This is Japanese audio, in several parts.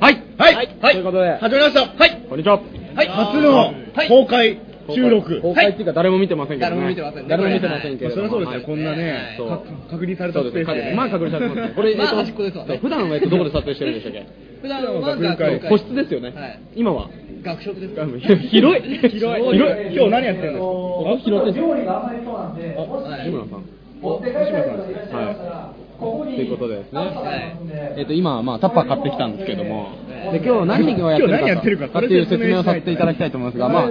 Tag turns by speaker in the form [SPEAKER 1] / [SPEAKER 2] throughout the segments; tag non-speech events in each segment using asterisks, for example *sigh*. [SPEAKER 1] はい
[SPEAKER 2] はい
[SPEAKER 1] はい
[SPEAKER 2] ということで
[SPEAKER 1] 始まりましたはい
[SPEAKER 2] こんにちは
[SPEAKER 1] はい
[SPEAKER 2] 初
[SPEAKER 1] 初
[SPEAKER 2] の
[SPEAKER 1] の
[SPEAKER 2] 公
[SPEAKER 1] 公開
[SPEAKER 2] 収
[SPEAKER 1] 収
[SPEAKER 2] 録
[SPEAKER 1] 録
[SPEAKER 2] 公開っていうか誰も見てませんけどね
[SPEAKER 3] 誰も見てませんね
[SPEAKER 2] 誰も見てませんけ
[SPEAKER 3] ま
[SPEAKER 2] れ
[SPEAKER 3] あ
[SPEAKER 2] ど
[SPEAKER 3] そ
[SPEAKER 2] も
[SPEAKER 3] りゃそうですよ
[SPEAKER 2] はい
[SPEAKER 3] こんなね
[SPEAKER 2] そう
[SPEAKER 3] か隔離された
[SPEAKER 2] そう
[SPEAKER 3] ス
[SPEAKER 2] で
[SPEAKER 3] ペー
[SPEAKER 2] す
[SPEAKER 3] スで
[SPEAKER 2] ね
[SPEAKER 3] ね
[SPEAKER 2] まあ確認されてますねこれ
[SPEAKER 3] ま
[SPEAKER 2] え
[SPEAKER 3] あ
[SPEAKER 2] っと
[SPEAKER 3] 端っこですわね
[SPEAKER 2] 普段はえっとどこで撮影してるんでしたっけ
[SPEAKER 3] 普段は
[SPEAKER 2] 学会
[SPEAKER 3] 会
[SPEAKER 2] 個室ですよね
[SPEAKER 3] はい
[SPEAKER 2] 今は
[SPEAKER 3] 学食です
[SPEAKER 2] 広い *laughs* 広い
[SPEAKER 3] 広い
[SPEAKER 2] 今日何やってん
[SPEAKER 3] の
[SPEAKER 2] の広いです
[SPEAKER 3] はい
[SPEAKER 2] 志村さんはいということでですね
[SPEAKER 3] はい
[SPEAKER 2] えっと今まあタッパー買ってきたんですけども
[SPEAKER 3] はい
[SPEAKER 2] で今日何をやってるか
[SPEAKER 3] 今日何やってるか
[SPEAKER 2] かっていう説明をさせていただきたいと思いますがまあ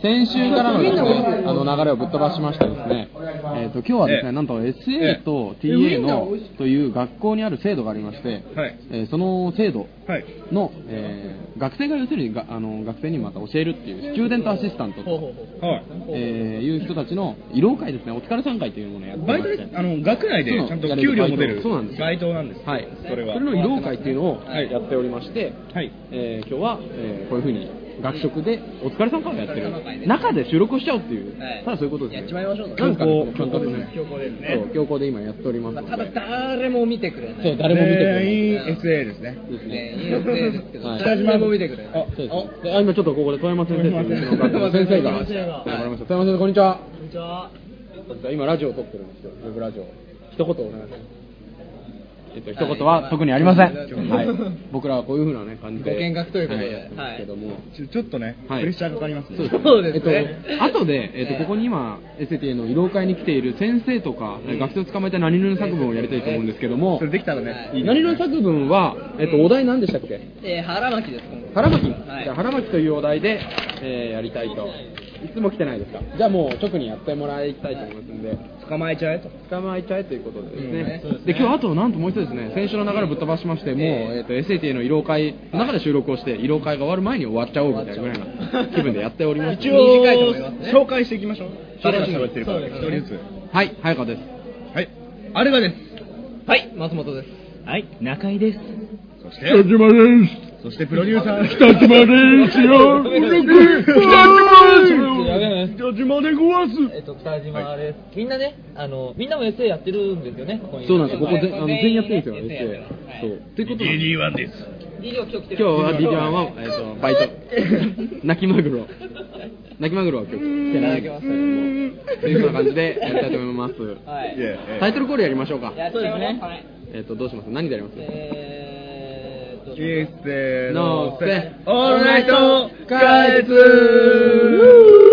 [SPEAKER 2] 先週からのですねあの流れをぶっ飛ばしましてですね、えー、と今日はです
[SPEAKER 3] え
[SPEAKER 2] ね
[SPEAKER 3] え
[SPEAKER 2] なんと
[SPEAKER 3] え
[SPEAKER 2] SA
[SPEAKER 3] え
[SPEAKER 2] と TA のという学校にある制度がありまして、
[SPEAKER 3] はい
[SPEAKER 2] えーその制度
[SPEAKER 3] はい
[SPEAKER 2] の、えー学生が要するにがあの学生にまた教えるっていうスチューデントアシスタント
[SPEAKER 3] ほう
[SPEAKER 2] と、
[SPEAKER 3] ほうほう
[SPEAKER 4] はい、
[SPEAKER 2] えーいう人たちの慰労会ですねお疲れさん会というものをやってま
[SPEAKER 4] バイ
[SPEAKER 2] して
[SPEAKER 4] トであの学内で
[SPEAKER 2] そう
[SPEAKER 4] ちゃんと給料も出る
[SPEAKER 2] そうなんですよ
[SPEAKER 4] バイトなんですよ
[SPEAKER 2] はい、
[SPEAKER 4] それは
[SPEAKER 2] の慰労会っていうのを
[SPEAKER 4] はい
[SPEAKER 2] やっておりまして、
[SPEAKER 4] はい
[SPEAKER 2] えー今日は、えーこういうふうに学食でお疲れさん会をやって
[SPEAKER 3] お疲れ様会
[SPEAKER 2] る
[SPEAKER 3] ね
[SPEAKER 2] 中で収録をしちゃうっていう、
[SPEAKER 3] はい
[SPEAKER 2] ただそういうことですね
[SPEAKER 3] やっちまいましょう
[SPEAKER 2] な
[SPEAKER 3] ね
[SPEAKER 2] んかね
[SPEAKER 4] 強
[SPEAKER 2] 強
[SPEAKER 4] 行
[SPEAKER 2] 行ですね
[SPEAKER 3] 強行ですね
[SPEAKER 2] そう強行で今やっております
[SPEAKER 3] まあ
[SPEAKER 2] ので
[SPEAKER 3] ただ誰も見てくれない
[SPEAKER 2] そう誰も見てくれない
[SPEAKER 4] 全員
[SPEAKER 3] うん
[SPEAKER 4] SA ですね
[SPEAKER 2] です
[SPEAKER 3] ね
[SPEAKER 2] ね
[SPEAKER 3] いい予定ですけど
[SPEAKER 2] はい
[SPEAKER 3] 誰も見てくれない
[SPEAKER 2] そうですねであ今ちょっとここで富山先生といううちの学校の先生が
[SPEAKER 3] 富山先生が
[SPEAKER 2] わかりました富山先生こんにちは
[SPEAKER 3] こんにちは
[SPEAKER 2] 今ラジオを撮ってるんですよウェブラジオ一言お願いしますえっと、一
[SPEAKER 3] はい
[SPEAKER 2] 言は特にありません、は
[SPEAKER 3] はい
[SPEAKER 2] い、僕らはこういうふうな、ね、感じで
[SPEAKER 3] ご見学ということで
[SPEAKER 2] はやってますけども、
[SPEAKER 4] ちょちょっとね、
[SPEAKER 2] はい
[SPEAKER 4] プレッシャーかかりますね
[SPEAKER 3] そうですね
[SPEAKER 2] えっと、後で、えっ
[SPEAKER 3] え
[SPEAKER 2] と、
[SPEAKER 3] え
[SPEAKER 2] ここに今、SATA の慰労会に来ている先生とか、学生を捕まえた何々作文をやりたいと思うんですけども
[SPEAKER 4] そ、れできたらね、
[SPEAKER 3] はい
[SPEAKER 4] いいね
[SPEAKER 2] 何々作文は、えっと、お題何でしたっけ
[SPEAKER 3] えー腹巻きです
[SPEAKER 2] 腹巻き、
[SPEAKER 3] はい
[SPEAKER 2] じゃあ腹巻きというお題で、えーやりたいと。いつも来てないですかじゃあもう直にやってもらいたいと思いますんで、
[SPEAKER 4] 捕まえちゃえと
[SPEAKER 2] 捕まえちゃえということでですね。
[SPEAKER 3] うんそうです
[SPEAKER 2] で、
[SPEAKER 3] ね
[SPEAKER 2] 今日あとなんともう一つですね、先週の流れをぶっ飛ばしまして、もう、えっと、SATA の慰労会の中で収録をして、慰労会が終わる前に終わっちゃおうみたいなぐらいな気分でやっております。
[SPEAKER 3] *laughs* 一応短いと思いますね
[SPEAKER 4] 紹介していきましょう誰が喋ってるか
[SPEAKER 3] そう
[SPEAKER 4] 一
[SPEAKER 3] ですね
[SPEAKER 4] 人ずつ
[SPEAKER 2] はい、早川です。
[SPEAKER 4] はいアルガです
[SPEAKER 3] はい松本です
[SPEAKER 5] はい、中井です。
[SPEAKER 4] そして北島ですそしてプロデューサー北島ですよ北島でごわす
[SPEAKER 5] えっと、北島です、みんなね、あの、みんなも SA やってるんですよね。ここに
[SPEAKER 2] そうなんですよ、ここで、あの、全員やってるん
[SPEAKER 3] 全員
[SPEAKER 2] で
[SPEAKER 3] や
[SPEAKER 2] す
[SPEAKER 3] っ
[SPEAKER 2] よ、
[SPEAKER 3] てる
[SPEAKER 2] SA。
[SPEAKER 3] はい
[SPEAKER 2] そう。ということで、
[SPEAKER 4] DD1 です
[SPEAKER 3] 以上今日来て
[SPEAKER 2] 今日は DD1 は、えっと、バイ
[SPEAKER 3] *laughs*
[SPEAKER 2] ト。泣きマグロ。泣きマグロは今日来てないんですけども。というような感じでやりたいと思います。
[SPEAKER 3] はい
[SPEAKER 4] いえええ
[SPEAKER 2] タイトルコールやりましょうか。
[SPEAKER 3] やっちゃいましょうはい
[SPEAKER 2] えっと、どうします何でやります
[SPEAKER 3] えーっと
[SPEAKER 4] いせー
[SPEAKER 2] の
[SPEAKER 4] の
[SPEAKER 2] せ
[SPEAKER 4] せオールナイト開通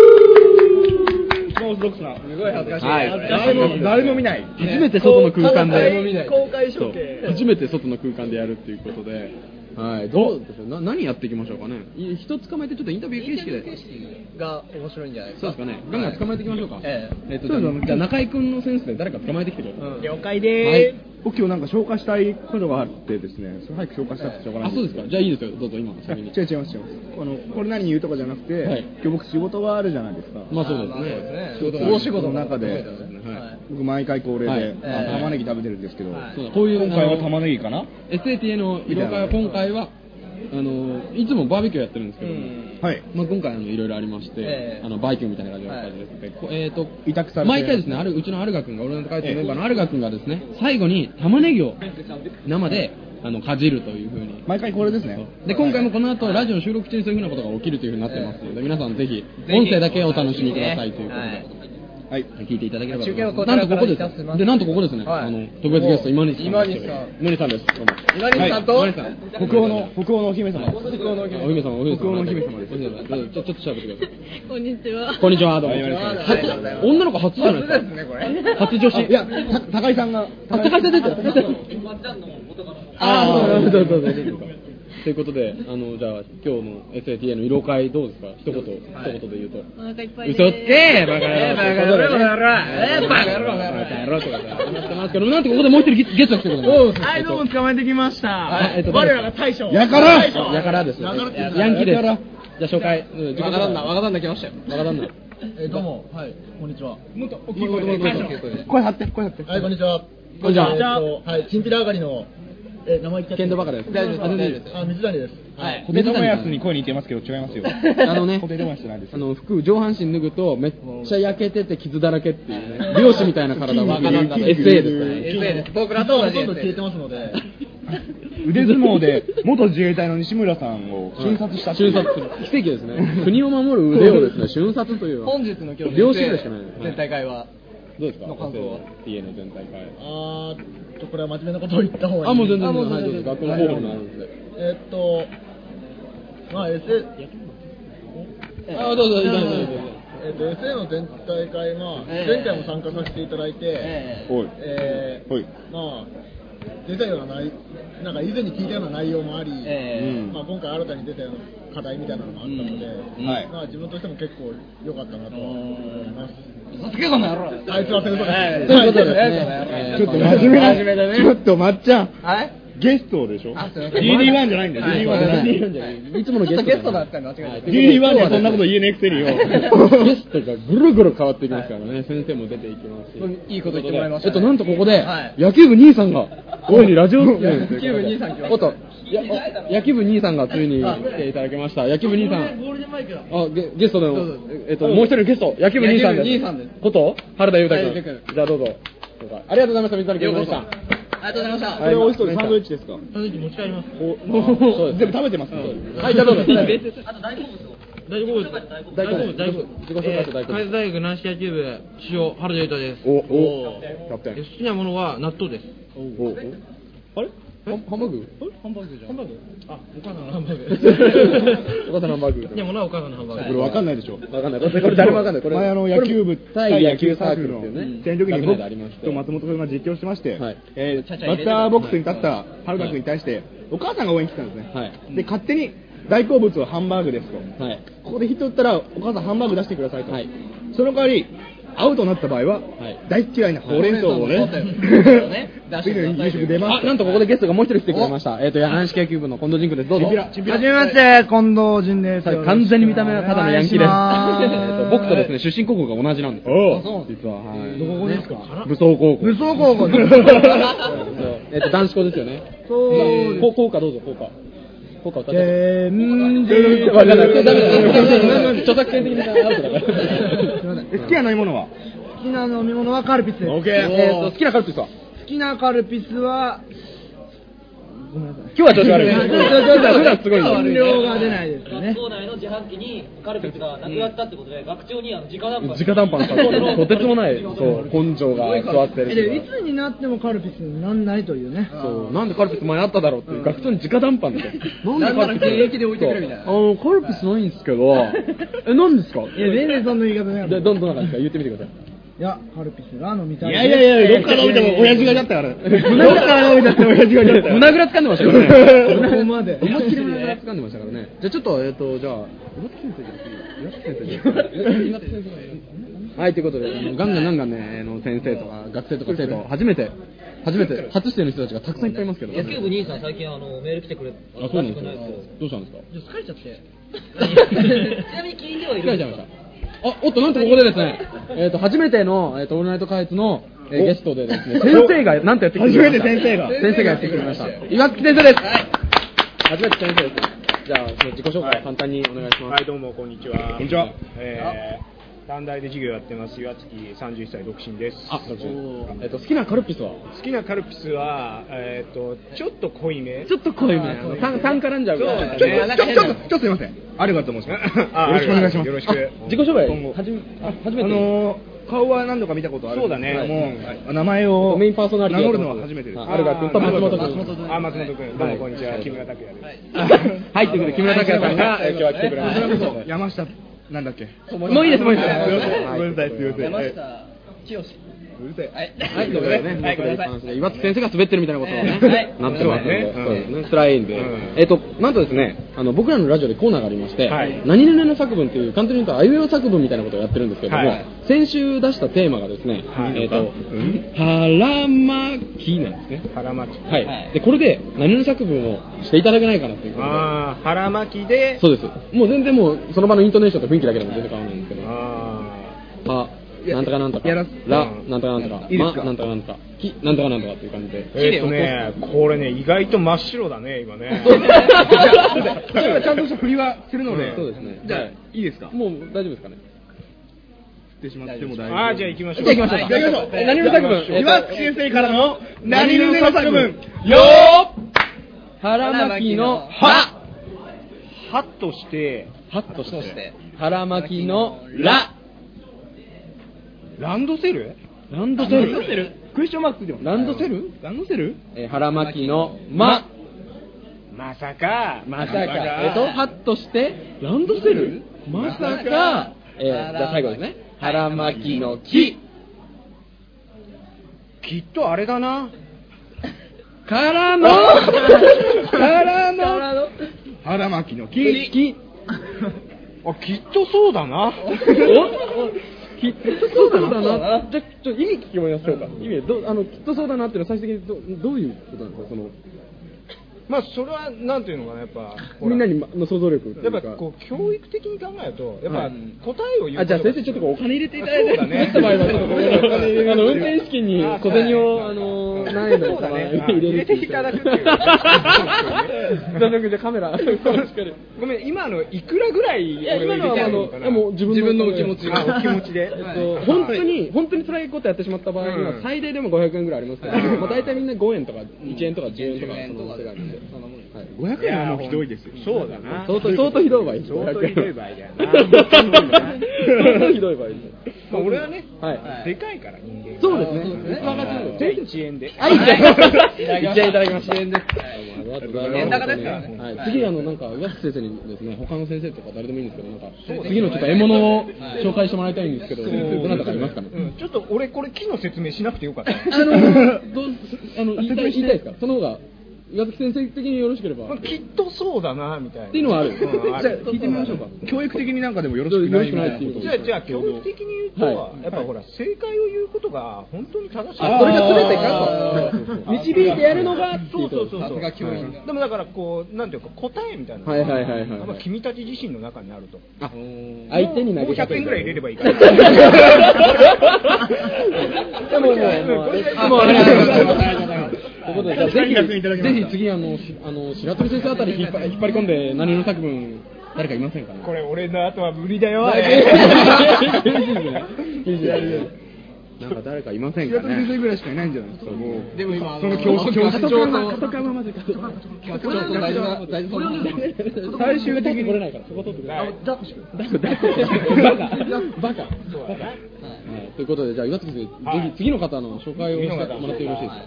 [SPEAKER 4] ノーズドックスな
[SPEAKER 3] すごい恥ずかしい
[SPEAKER 2] はい
[SPEAKER 4] 誰も誰も見ない
[SPEAKER 2] 初めて外の空間で。
[SPEAKER 3] 公開
[SPEAKER 2] そ
[SPEAKER 3] 処
[SPEAKER 2] う
[SPEAKER 3] 刑
[SPEAKER 2] 初めて外の空間でやるっていうことで。はい、どうでしょうな何やっていきましょうかね。い人捕まえてちょっとインタビュー形式で。
[SPEAKER 3] が面白いんじゃないです
[SPEAKER 2] そ
[SPEAKER 3] か
[SPEAKER 2] うですかね。ガンガン捕まえていきましょうか。
[SPEAKER 3] え
[SPEAKER 2] えっと、じゃあじゃあ中井君のセンスで誰か捕まえてきてください。
[SPEAKER 3] 了解
[SPEAKER 2] はい
[SPEAKER 4] 僕今日なんか消化したいことがあってですねそれ早く消化したくてしょうがな
[SPEAKER 2] あ、
[SPEAKER 4] い
[SPEAKER 2] そうですか。じゃあいいですよ。どうぞ今先 *laughs* に。
[SPEAKER 4] 違う違います違いますあのこれ何言うとかじゃなくて、
[SPEAKER 2] はい
[SPEAKER 4] 今日僕仕事があるじゃないですか、
[SPEAKER 2] まあそうです
[SPEAKER 3] まあそうです
[SPEAKER 2] ね
[SPEAKER 3] ね。
[SPEAKER 2] 仕事が
[SPEAKER 4] 大仕事の中で
[SPEAKER 2] は
[SPEAKER 4] 僕毎回恒例で、
[SPEAKER 2] はい
[SPEAKER 4] あ
[SPEAKER 2] はい
[SPEAKER 4] の玉ねぎ食べてるんですけど、
[SPEAKER 3] はい
[SPEAKER 2] そうだこういう
[SPEAKER 4] 今回は
[SPEAKER 2] あの
[SPEAKER 4] 玉ねぎかな
[SPEAKER 2] SATA の色会は今回はあのいつもバーベキューやってるんですけども、
[SPEAKER 4] はい
[SPEAKER 2] まあ、今回あのいろいろありまして、
[SPEAKER 3] ええ
[SPEAKER 2] あのバイキューみたいな感じの感じです、こえーと
[SPEAKER 4] 委託されて
[SPEAKER 2] 毎回ですねあるうちのアルガ君が俺の会社のメンバーのアルガ君がですね最後に玉ねぎを生であのかじるというふうに。
[SPEAKER 4] 毎回恒例ですね
[SPEAKER 2] で今回もこの後ラジオの収録中にそういうふうなことが起きるというふうになってますので皆さんぜひ音声だけお楽しみくださいということで、
[SPEAKER 3] はい
[SPEAKER 4] はい
[SPEAKER 2] 聞いていただければと思います
[SPEAKER 3] 中継はこちら
[SPEAKER 2] なんとここで
[SPEAKER 3] からいたしますす
[SPEAKER 2] でなんとここですね、
[SPEAKER 3] はい
[SPEAKER 2] あの特別ゲスト今西さん
[SPEAKER 3] 今西さん
[SPEAKER 2] 今西さんですどうも
[SPEAKER 3] 今西さんと、
[SPEAKER 2] はい今西さん
[SPEAKER 4] 北欧の北欧のお姫様です
[SPEAKER 2] お姫様、お姫様。
[SPEAKER 4] 北欧のお姫様です
[SPEAKER 2] ちょちょっと喋ってください。
[SPEAKER 6] こんにちは。
[SPEAKER 2] こんにちは、どうも。
[SPEAKER 4] はい
[SPEAKER 3] ありがとうございます
[SPEAKER 2] 初女の子初じゃないですか。
[SPEAKER 3] 初ですねこれ
[SPEAKER 2] 初女子。
[SPEAKER 4] いやた高井さんが
[SPEAKER 2] あ、高橋さん出てる。あー、そうそうそうそうそうということで、あの、じゃあ、今日の SATA の慰労会どうですか一言、一言で言うと。
[SPEAKER 6] お腹いっぱいです。
[SPEAKER 2] 嘘つけバカ野郎
[SPEAKER 3] えーバカ野郎バカ野郎えーバカ野
[SPEAKER 2] バ
[SPEAKER 3] 郎
[SPEAKER 2] カ野郎とかさ話してますけどなんとここでもう一人ゲゲストが来てくれます
[SPEAKER 5] はい、どうも捕まえてきました。
[SPEAKER 2] はいえっと
[SPEAKER 5] 我らが大将。
[SPEAKER 4] やから
[SPEAKER 2] やからですよねヤンキーですじゃあ紹介若旦那若旦那来ましたよ若旦那
[SPEAKER 5] えどうも、はい、こんにちは。もっと大
[SPEAKER 2] きい声で
[SPEAKER 4] 声張って声張って
[SPEAKER 5] はい、こんにちは。
[SPEAKER 2] こんにちは
[SPEAKER 5] えっとはい、チンピラ上がりの、え、名前言っちゃってい
[SPEAKER 2] 剣
[SPEAKER 5] い
[SPEAKER 2] 道バカです
[SPEAKER 3] 大丈夫です
[SPEAKER 2] あ全然いい
[SPEAKER 3] 大丈夫
[SPEAKER 2] す
[SPEAKER 3] で
[SPEAKER 5] あ、水谷です。
[SPEAKER 3] はい
[SPEAKER 2] 小手玉やつ
[SPEAKER 4] に声似てますけど違いますよ
[SPEAKER 2] あの *laughs* ね
[SPEAKER 4] 小手玉やつじゃないです
[SPEAKER 2] あの服上半身脱ぐとめっちゃ焼けてて傷だらけっていう
[SPEAKER 5] *laughs*
[SPEAKER 2] ね漁師みたいな体は SA ですからね
[SPEAKER 3] 僕らと同じ
[SPEAKER 5] ほとんど消えてますので。
[SPEAKER 4] 腕相撲
[SPEAKER 2] *laughs*
[SPEAKER 4] で元自衛隊の西村さんを瞬殺したってい
[SPEAKER 2] 瞬
[SPEAKER 4] う
[SPEAKER 2] 殺する。奇跡です
[SPEAKER 4] *laughs*
[SPEAKER 2] ね。国を守る腕をですね、瞬殺という。
[SPEAKER 3] 本日の今日
[SPEAKER 2] 両親でしかない。
[SPEAKER 3] 全体会は
[SPEAKER 2] どうですか
[SPEAKER 3] の感想は
[SPEAKER 2] ?TA の全体会。
[SPEAKER 7] あーっと、これは真面目なことを言った方がいい。
[SPEAKER 2] あ、もう全然、
[SPEAKER 7] あ
[SPEAKER 2] 全
[SPEAKER 7] う
[SPEAKER 2] 然、はい、学校の方法もあるんで。
[SPEAKER 7] えーっと、まあ、S、
[SPEAKER 3] あどうぞどうぞどうぞ
[SPEAKER 7] えーっと、SA の全体会、まあ、
[SPEAKER 3] ええ
[SPEAKER 7] 前回も参加させていただいて、
[SPEAKER 3] え
[SPEAKER 4] おい。
[SPEAKER 7] えー
[SPEAKER 4] はい
[SPEAKER 7] まあ、出たような内なんか以前に聞いたような内容もあり、
[SPEAKER 3] え
[SPEAKER 4] え
[SPEAKER 7] まあ、今回新たに出たような課題みたいなのもあったので、
[SPEAKER 3] うん
[SPEAKER 4] はい
[SPEAKER 7] まあ、自分としても結構良かったなと思います。
[SPEAKER 3] 嘘つけこの野郎
[SPEAKER 7] あいつは戦争だ
[SPEAKER 3] はいそういうことですね
[SPEAKER 4] ちょっと真面目な、
[SPEAKER 3] 真面目だね
[SPEAKER 4] ちょっとまっちゃん、
[SPEAKER 3] はい
[SPEAKER 4] ゲストでしょ
[SPEAKER 3] あすいません
[SPEAKER 4] ?DD1 じゃないんだよ、
[SPEAKER 3] は
[SPEAKER 4] DD1
[SPEAKER 3] い
[SPEAKER 4] じゃない。
[SPEAKER 3] すいません
[SPEAKER 4] DD1 じゃない。
[SPEAKER 2] いつものゲスト
[SPEAKER 3] ちょっとゲストだったの間違えた
[SPEAKER 2] はい
[SPEAKER 4] DD1 でそんなこと言えねえくせによ。
[SPEAKER 3] *laughs*
[SPEAKER 2] ゲストがぐるぐる変わってきますからね、先生も出ていきますし。
[SPEAKER 3] いいこと言ってもらいました
[SPEAKER 2] えっと、なんとここで
[SPEAKER 3] はい、
[SPEAKER 2] 野球部兄さんが、大いにラジオ出演ということで
[SPEAKER 3] 野球部兄さん来ました
[SPEAKER 2] おっと、やお野球部兄さんがついに来ていただきました。野球部兄さん。
[SPEAKER 7] ールデンマイクだ。
[SPEAKER 2] あ、ゲゲストで
[SPEAKER 3] どうぞ
[SPEAKER 2] も、えっと、もう一人ゲスト、野球部兄さんです。
[SPEAKER 3] 野球部兄さんです
[SPEAKER 2] こと、原田裕
[SPEAKER 3] 原田
[SPEAKER 2] 太
[SPEAKER 3] 裕
[SPEAKER 2] 君
[SPEAKER 3] 太。君
[SPEAKER 2] じゃあどうぞ。ありがとうございました、水谷
[SPEAKER 3] よ
[SPEAKER 2] 君でし
[SPEAKER 3] うこそ
[SPEAKER 2] た
[SPEAKER 3] あ。りがとうございました
[SPEAKER 4] これお一人サンドイッチですか
[SPEAKER 7] その時持ち帰ります。
[SPEAKER 4] お全部食べてますね。
[SPEAKER 2] はい、じゃあどうぞ。
[SPEAKER 8] あと大好物を。
[SPEAKER 7] 大丈夫です。
[SPEAKER 2] 大丈夫、大丈夫。自己紹介して大丈夫。
[SPEAKER 7] 大学軟式野球部主将原田裕太です。
[SPEAKER 2] お、お、キャプテン。
[SPEAKER 7] 好きなものは納豆です。
[SPEAKER 4] あれ
[SPEAKER 2] *laughs* ハンハンバーグ
[SPEAKER 7] ハンバーグじゃん。ハンバーグ。あ、お母さんのハンバー
[SPEAKER 2] *laughs* お母さんのハンバー
[SPEAKER 7] *laughs*
[SPEAKER 2] グ
[SPEAKER 7] 好きなものはお母さんのハンバ
[SPEAKER 4] こ
[SPEAKER 7] ー
[SPEAKER 4] れ
[SPEAKER 7] グ。
[SPEAKER 4] わかんないでしょ
[SPEAKER 2] わかんない。これこれ誰もわかんない。これ
[SPEAKER 4] 前あの野球部
[SPEAKER 2] 対野球サークルの
[SPEAKER 4] 戦力に
[SPEAKER 2] 学
[SPEAKER 4] 僕
[SPEAKER 2] 内でありまして
[SPEAKER 4] と松本君が実況してまして、
[SPEAKER 2] はい
[SPEAKER 4] えー
[SPEAKER 3] ちゃちゃ
[SPEAKER 4] バッ
[SPEAKER 3] 入れて
[SPEAKER 4] タ
[SPEAKER 3] た
[SPEAKER 4] ーボックスに立った春田君に対して、お母さんが応援来てたんですね。
[SPEAKER 2] はい
[SPEAKER 4] で、勝手に大好物はハンバーグですと。
[SPEAKER 2] はい。
[SPEAKER 4] ここでヒット打ったら、お母さんハンバーグ出してくださいと。
[SPEAKER 2] はい
[SPEAKER 4] その代わり、アウトになった場合は、
[SPEAKER 2] い
[SPEAKER 4] 大嫌いなほうれん草を
[SPEAKER 3] は
[SPEAKER 4] ね
[SPEAKER 3] いほうれん草のね、
[SPEAKER 4] 次の夕食出ます
[SPEAKER 2] あ、なんとここでゲストがもう一人来てくれました。えっと、柳式野球部の近藤仁君です。どうぞ。
[SPEAKER 4] チンピラチンピラ
[SPEAKER 7] て、近藤仁で
[SPEAKER 2] はい完全に見た目はただのヤンキーです。えっと *laughs* 僕とです
[SPEAKER 7] ね。
[SPEAKER 2] ね、出身高校が同じなんです
[SPEAKER 4] おうあ
[SPEAKER 2] よ。実は、はい。
[SPEAKER 7] どこですか
[SPEAKER 2] 武装高校。
[SPEAKER 7] 装高校
[SPEAKER 2] *laughs*
[SPEAKER 4] *laughs*
[SPEAKER 2] えっと、男子校ですよね。そう。こ校歌どうぞ、校歌。校歌歌って。 *laughs* わかんない。ダメだ。著作権的なアウトだから。
[SPEAKER 4] え好きな飲み物は
[SPEAKER 7] 好きな飲み物はカルピスです。
[SPEAKER 4] オッケー
[SPEAKER 2] えっと、好きなカルピスは
[SPEAKER 7] 好きなカルピスは、
[SPEAKER 2] *laughs* 今日は調子悪い。
[SPEAKER 7] そうそうそうそう
[SPEAKER 2] 普段すごいのに
[SPEAKER 7] 飲料が
[SPEAKER 2] *laughs*
[SPEAKER 7] 出ないですね。
[SPEAKER 8] 学校内の自販機にカルピスがなくなったってことで、学長にあの直談判。
[SPEAKER 2] 直談判されてるとてつもないそう根性が座って
[SPEAKER 7] えでい
[SPEAKER 2] る
[SPEAKER 7] つになってもカルピスになんないというね。
[SPEAKER 2] そうなんでカルピス前あっただろうっていう学長に直談判で
[SPEAKER 3] なんなら現役で置いてくれみたいな
[SPEAKER 2] そうあのカルピスないんです
[SPEAKER 7] *laughs*
[SPEAKER 2] けどえ何ですか
[SPEAKER 7] いや、全然そんな言い方ない。
[SPEAKER 2] でどんどんな感じですか言ってみてください
[SPEAKER 7] いや、カルピスが飲みたい。
[SPEAKER 4] いやいやいや、どっから置いても親父がいたから。どっから置いても親父がいたから。
[SPEAKER 2] 胸ぐらつかんでましたからね
[SPEAKER 7] ここまで。
[SPEAKER 2] 思いっきり胸ぐらつかんでましたからねじゃあちょっとえっとじゃあ岩崎先生岩崎先生はいということであのガンガンガンガンねあの先生とか学生とか生徒初めて初めて初出演の人たちがたくさんいっぱいいますけど
[SPEAKER 8] 野球部兄さん最近あのメール来てくれた
[SPEAKER 2] あ、
[SPEAKER 8] ら
[SPEAKER 2] そうなん
[SPEAKER 8] し
[SPEAKER 2] で
[SPEAKER 8] く
[SPEAKER 2] す
[SPEAKER 8] ない
[SPEAKER 2] か
[SPEAKER 8] ですけ。
[SPEAKER 2] どうしたんですか。
[SPEAKER 7] ちょっと疲れちゃって。
[SPEAKER 8] ど。 *laughs* ちなみに聞いてはい
[SPEAKER 2] 疲
[SPEAKER 8] る
[SPEAKER 2] れ
[SPEAKER 8] ん
[SPEAKER 2] ちゃ
[SPEAKER 8] で
[SPEAKER 2] い
[SPEAKER 8] すか
[SPEAKER 2] まし。た。あ、おっと、なんとここでですね、えっと、初めての、えっと、オールナイト開発の、えーゲストでですね、
[SPEAKER 4] お
[SPEAKER 2] 先生が、なんとやってきてくれました。
[SPEAKER 4] 初めて先生が
[SPEAKER 2] 先生がやってきてくれました。岩木先生です。初めて先生です。じゃあ、その自己紹介簡単にお願いしま
[SPEAKER 9] はい、どうも、こんにちは。
[SPEAKER 4] こんにちは。
[SPEAKER 9] えー、短大で授業やってます、岩月31歳独身です。
[SPEAKER 2] す。あ、どうぞえっと、好きなカルピスは
[SPEAKER 9] 好きなカルピスは、えー、とちょっと濃いめ。
[SPEAKER 2] ちょっと濃いめ。酸酸化ランジャーぐらい
[SPEAKER 9] そう
[SPEAKER 4] ち
[SPEAKER 9] で
[SPEAKER 4] ょ
[SPEAKER 9] すね
[SPEAKER 4] ちょちょちょっと、ちょっとすいません。ありがとう申します。よ
[SPEAKER 9] あ
[SPEAKER 4] ろしくお願いします。
[SPEAKER 9] よろしく
[SPEAKER 4] あ
[SPEAKER 2] 自己紹介
[SPEAKER 4] 今後、
[SPEAKER 2] はじめ、あ、
[SPEAKER 4] あ
[SPEAKER 2] 初めて。
[SPEAKER 4] のー、顔は何度か見たことあるんですけど
[SPEAKER 9] そうだね
[SPEAKER 4] もう名前を
[SPEAKER 2] メインパーソナリティや
[SPEAKER 4] 名
[SPEAKER 2] って
[SPEAKER 4] 乗る
[SPEAKER 2] ます
[SPEAKER 4] のは初めてです。
[SPEAKER 2] はいあるが君と松本君
[SPEAKER 9] あ、松本君、ど
[SPEAKER 2] は
[SPEAKER 9] うも、
[SPEAKER 2] い
[SPEAKER 9] こんにちは、木村拓哉で
[SPEAKER 2] *laughs*
[SPEAKER 9] す。
[SPEAKER 2] はい、ということで、木村拓哉さんが、えー今日は来てくれま
[SPEAKER 4] それこ
[SPEAKER 2] した
[SPEAKER 4] そ。山下なんだっけ。
[SPEAKER 2] もういいです、もういいです
[SPEAKER 4] すいません。
[SPEAKER 2] は
[SPEAKER 4] ごめんなさい。すいません。
[SPEAKER 3] 山
[SPEAKER 4] はい
[SPEAKER 3] 下清
[SPEAKER 4] うるせえ。
[SPEAKER 2] はい、
[SPEAKER 8] *laughs*
[SPEAKER 2] ということでね、もうこれで話で、岩津先生が滑ってるみたいなことをね、
[SPEAKER 3] はい
[SPEAKER 2] なってますので、
[SPEAKER 9] そう
[SPEAKER 2] そう
[SPEAKER 9] で
[SPEAKER 2] ですすね、辛いんで
[SPEAKER 9] うん、
[SPEAKER 2] えっと、なんとですね、あの、僕らのラジオでコーナーがありまして
[SPEAKER 9] はい、
[SPEAKER 2] 何々の作文っていう、簡単に言うと、あいうえお作文みたいなことをやってるんですけども
[SPEAKER 9] はい、
[SPEAKER 2] 先週出したテーマがですね
[SPEAKER 9] は、い
[SPEAKER 2] えっと、腹巻きなんですね。
[SPEAKER 9] 腹巻き。
[SPEAKER 2] はい。で、これで、何々作文をしていただけないかなっていうことで、
[SPEAKER 9] あー、腹巻きで、
[SPEAKER 2] そうです。もう全然もう、その場のイントネーションと雰囲気だけでも全然変わらないんですけど、
[SPEAKER 9] あ
[SPEAKER 2] あ、なんとかなんとか、
[SPEAKER 4] やら
[SPEAKER 2] ら、
[SPEAKER 9] うん
[SPEAKER 2] なんとかなんとか、
[SPEAKER 4] いいですか
[SPEAKER 2] ま、なんとかなんとか、き、なんとかなんとかっていう感じで
[SPEAKER 9] ー。えっとね、これね、意外と真っ白だね、今ね。
[SPEAKER 4] ちゃんちゃんとした振りはするので、
[SPEAKER 2] そうですね。
[SPEAKER 4] じゃあ
[SPEAKER 2] はい
[SPEAKER 4] いいですか。
[SPEAKER 2] もう大丈夫ですかね。
[SPEAKER 4] ってしまっても大丈夫。
[SPEAKER 9] あー、じゃあ行きましょう。
[SPEAKER 2] じゃあ行きましょうか。
[SPEAKER 4] じゃあ行きましょう
[SPEAKER 2] え何の作文
[SPEAKER 4] 岩津先生からの何々の作文よ
[SPEAKER 2] 腹巻きの
[SPEAKER 3] は
[SPEAKER 9] はっとして、
[SPEAKER 2] はっとして腹巻きのラ
[SPEAKER 9] ランドセル
[SPEAKER 2] ランドセ
[SPEAKER 3] ランドセ
[SPEAKER 2] ル
[SPEAKER 3] ル
[SPEAKER 9] クエスチョンマークついてます。
[SPEAKER 2] ランドセル
[SPEAKER 9] ランドセル
[SPEAKER 2] えー腹巻きのま
[SPEAKER 9] まさか。
[SPEAKER 2] まさかえっとはっとしてランドセルまさかえーじゃあ最後ですね腹巻きの木
[SPEAKER 9] きっとあれだな。
[SPEAKER 2] からのからの
[SPEAKER 9] 腹巻きの
[SPEAKER 2] 木
[SPEAKER 9] 木。あ、きっとそうだな。
[SPEAKER 2] きっとそうだな。じゃあ、ちょっと意味聞きましょうか。意味どうあのきっとそうだなっていうのは最終的にどどういうことなんですか。その
[SPEAKER 9] まあ、それは、なんていうのかな、やっぱ。ほら
[SPEAKER 2] みんなにまの想像力とい
[SPEAKER 9] や
[SPEAKER 2] う
[SPEAKER 9] っ
[SPEAKER 2] か。
[SPEAKER 9] ぱこう教育的に考えると、やっ
[SPEAKER 2] はい
[SPEAKER 9] ぱ答えを言う
[SPEAKER 2] あじゃあ先生ちょっとお金入れていただいて。
[SPEAKER 9] そうだ
[SPEAKER 2] ち
[SPEAKER 9] ね
[SPEAKER 2] ょっと前はちょっとごめんなさいあの運転資金に小銭を
[SPEAKER 9] あ
[SPEAKER 2] あの
[SPEAKER 9] そうだね
[SPEAKER 2] 何円だ
[SPEAKER 9] そうだね
[SPEAKER 2] 入れるってう
[SPEAKER 9] 入れていただくっていう
[SPEAKER 2] じゃあじゃあカメラ。確かに。
[SPEAKER 9] ごめん、今のいくらぐらい
[SPEAKER 2] いや今のはあのいやもう自分お金
[SPEAKER 9] あお気持ちで
[SPEAKER 2] えっと、本当に、本当に辛いことやってしまった場合に
[SPEAKER 9] うん
[SPEAKER 2] は、最大でも500円ぐらいありますけど、まあ大体みんな5円とか、1円とか10円とか、その世界なんで。はい
[SPEAKER 9] 500円はもうひどいですよ。そうだな。
[SPEAKER 2] 相当、相当ひどい場合です。
[SPEAKER 9] 相当ひどい場合だよな
[SPEAKER 2] 相当ひどい場合です。
[SPEAKER 9] まあ俺はね、
[SPEAKER 2] はい
[SPEAKER 9] でかいから人間が。
[SPEAKER 2] そうですね。器が
[SPEAKER 9] はい
[SPEAKER 2] 強い
[SPEAKER 9] じゃあ1円で。
[SPEAKER 2] はい、じゃあ、
[SPEAKER 3] い
[SPEAKER 2] 一円いただきました。
[SPEAKER 3] 一円です
[SPEAKER 2] はいどうもありがとうございます。
[SPEAKER 3] 円高ですからね
[SPEAKER 2] はい
[SPEAKER 3] はい
[SPEAKER 2] 次、あの、なんか、上瀬先生にですね、他の先生とか誰でもいいんですけど、なんか
[SPEAKER 9] そう、
[SPEAKER 2] 次のちょっと獲物を紹介してもらいたいんですけど、どなたかいますかね。
[SPEAKER 9] うんちょっと俺これ木の説明しなくてよ
[SPEAKER 2] *laughs*
[SPEAKER 9] かった。
[SPEAKER 2] あの、どう、あの、言いたい、言いたいですかその方が、岩崎先生的によろしければ。
[SPEAKER 9] まあ
[SPEAKER 2] っ
[SPEAKER 9] きっとそうだなみたいな。
[SPEAKER 2] ていうのはある。
[SPEAKER 9] うんあ
[SPEAKER 2] じゃあ、聞いてみましょうか。
[SPEAKER 10] 教育的になんかでもよろ
[SPEAKER 2] よろ
[SPEAKER 10] し
[SPEAKER 2] し
[SPEAKER 10] く
[SPEAKER 2] くな
[SPEAKER 10] ないいみたいな
[SPEAKER 2] みた
[SPEAKER 10] こ
[SPEAKER 2] いな
[SPEAKER 9] じゃあ、じゃあ、教育的に言うと、
[SPEAKER 2] はい
[SPEAKER 9] やっぱほら、正解を言うことが、本当に正しい。
[SPEAKER 2] あ、それが全て
[SPEAKER 9] あー
[SPEAKER 2] かと。導いてやるのが、って
[SPEAKER 9] そ
[SPEAKER 2] いううこ
[SPEAKER 9] そう
[SPEAKER 2] と
[SPEAKER 9] そうそう。
[SPEAKER 3] 教員だ
[SPEAKER 9] でもだから、こう、なんていうか、答えみたいなのが。
[SPEAKER 2] はいはいはいはい
[SPEAKER 9] まあ君たち自身の中にあると。
[SPEAKER 2] 相手に投
[SPEAKER 9] もう
[SPEAKER 2] げか
[SPEAKER 9] 100
[SPEAKER 2] け
[SPEAKER 9] 円
[SPEAKER 2] る
[SPEAKER 9] ぐらい入れればいいから。 *laughs*
[SPEAKER 2] でももうもうもう
[SPEAKER 9] うん
[SPEAKER 2] もうありがとうございます
[SPEAKER 9] ありがとうございます
[SPEAKER 2] ということでじゃあぜひぜひ次あのしあの白鳥先生あたり引っ張引っ張り込んで何の作文誰かいませんかね。
[SPEAKER 9] これ、俺の後は無理だよ。あ
[SPEAKER 2] 厳
[SPEAKER 9] れ
[SPEAKER 2] しいですね厳しいですねなんか誰かいませんかね。
[SPEAKER 10] ぐらいしかいないんじゃないですか。もう
[SPEAKER 3] でも今、あの
[SPEAKER 10] その教室教室長と
[SPEAKER 3] 教室長と大事な、大事な。
[SPEAKER 2] 最終的に取れないからそこ取ってください。バカバカ。はいということでじゃあ岩月先生、
[SPEAKER 9] はい
[SPEAKER 2] ぜひ次の方の紹介をしてもらってよろしいですか。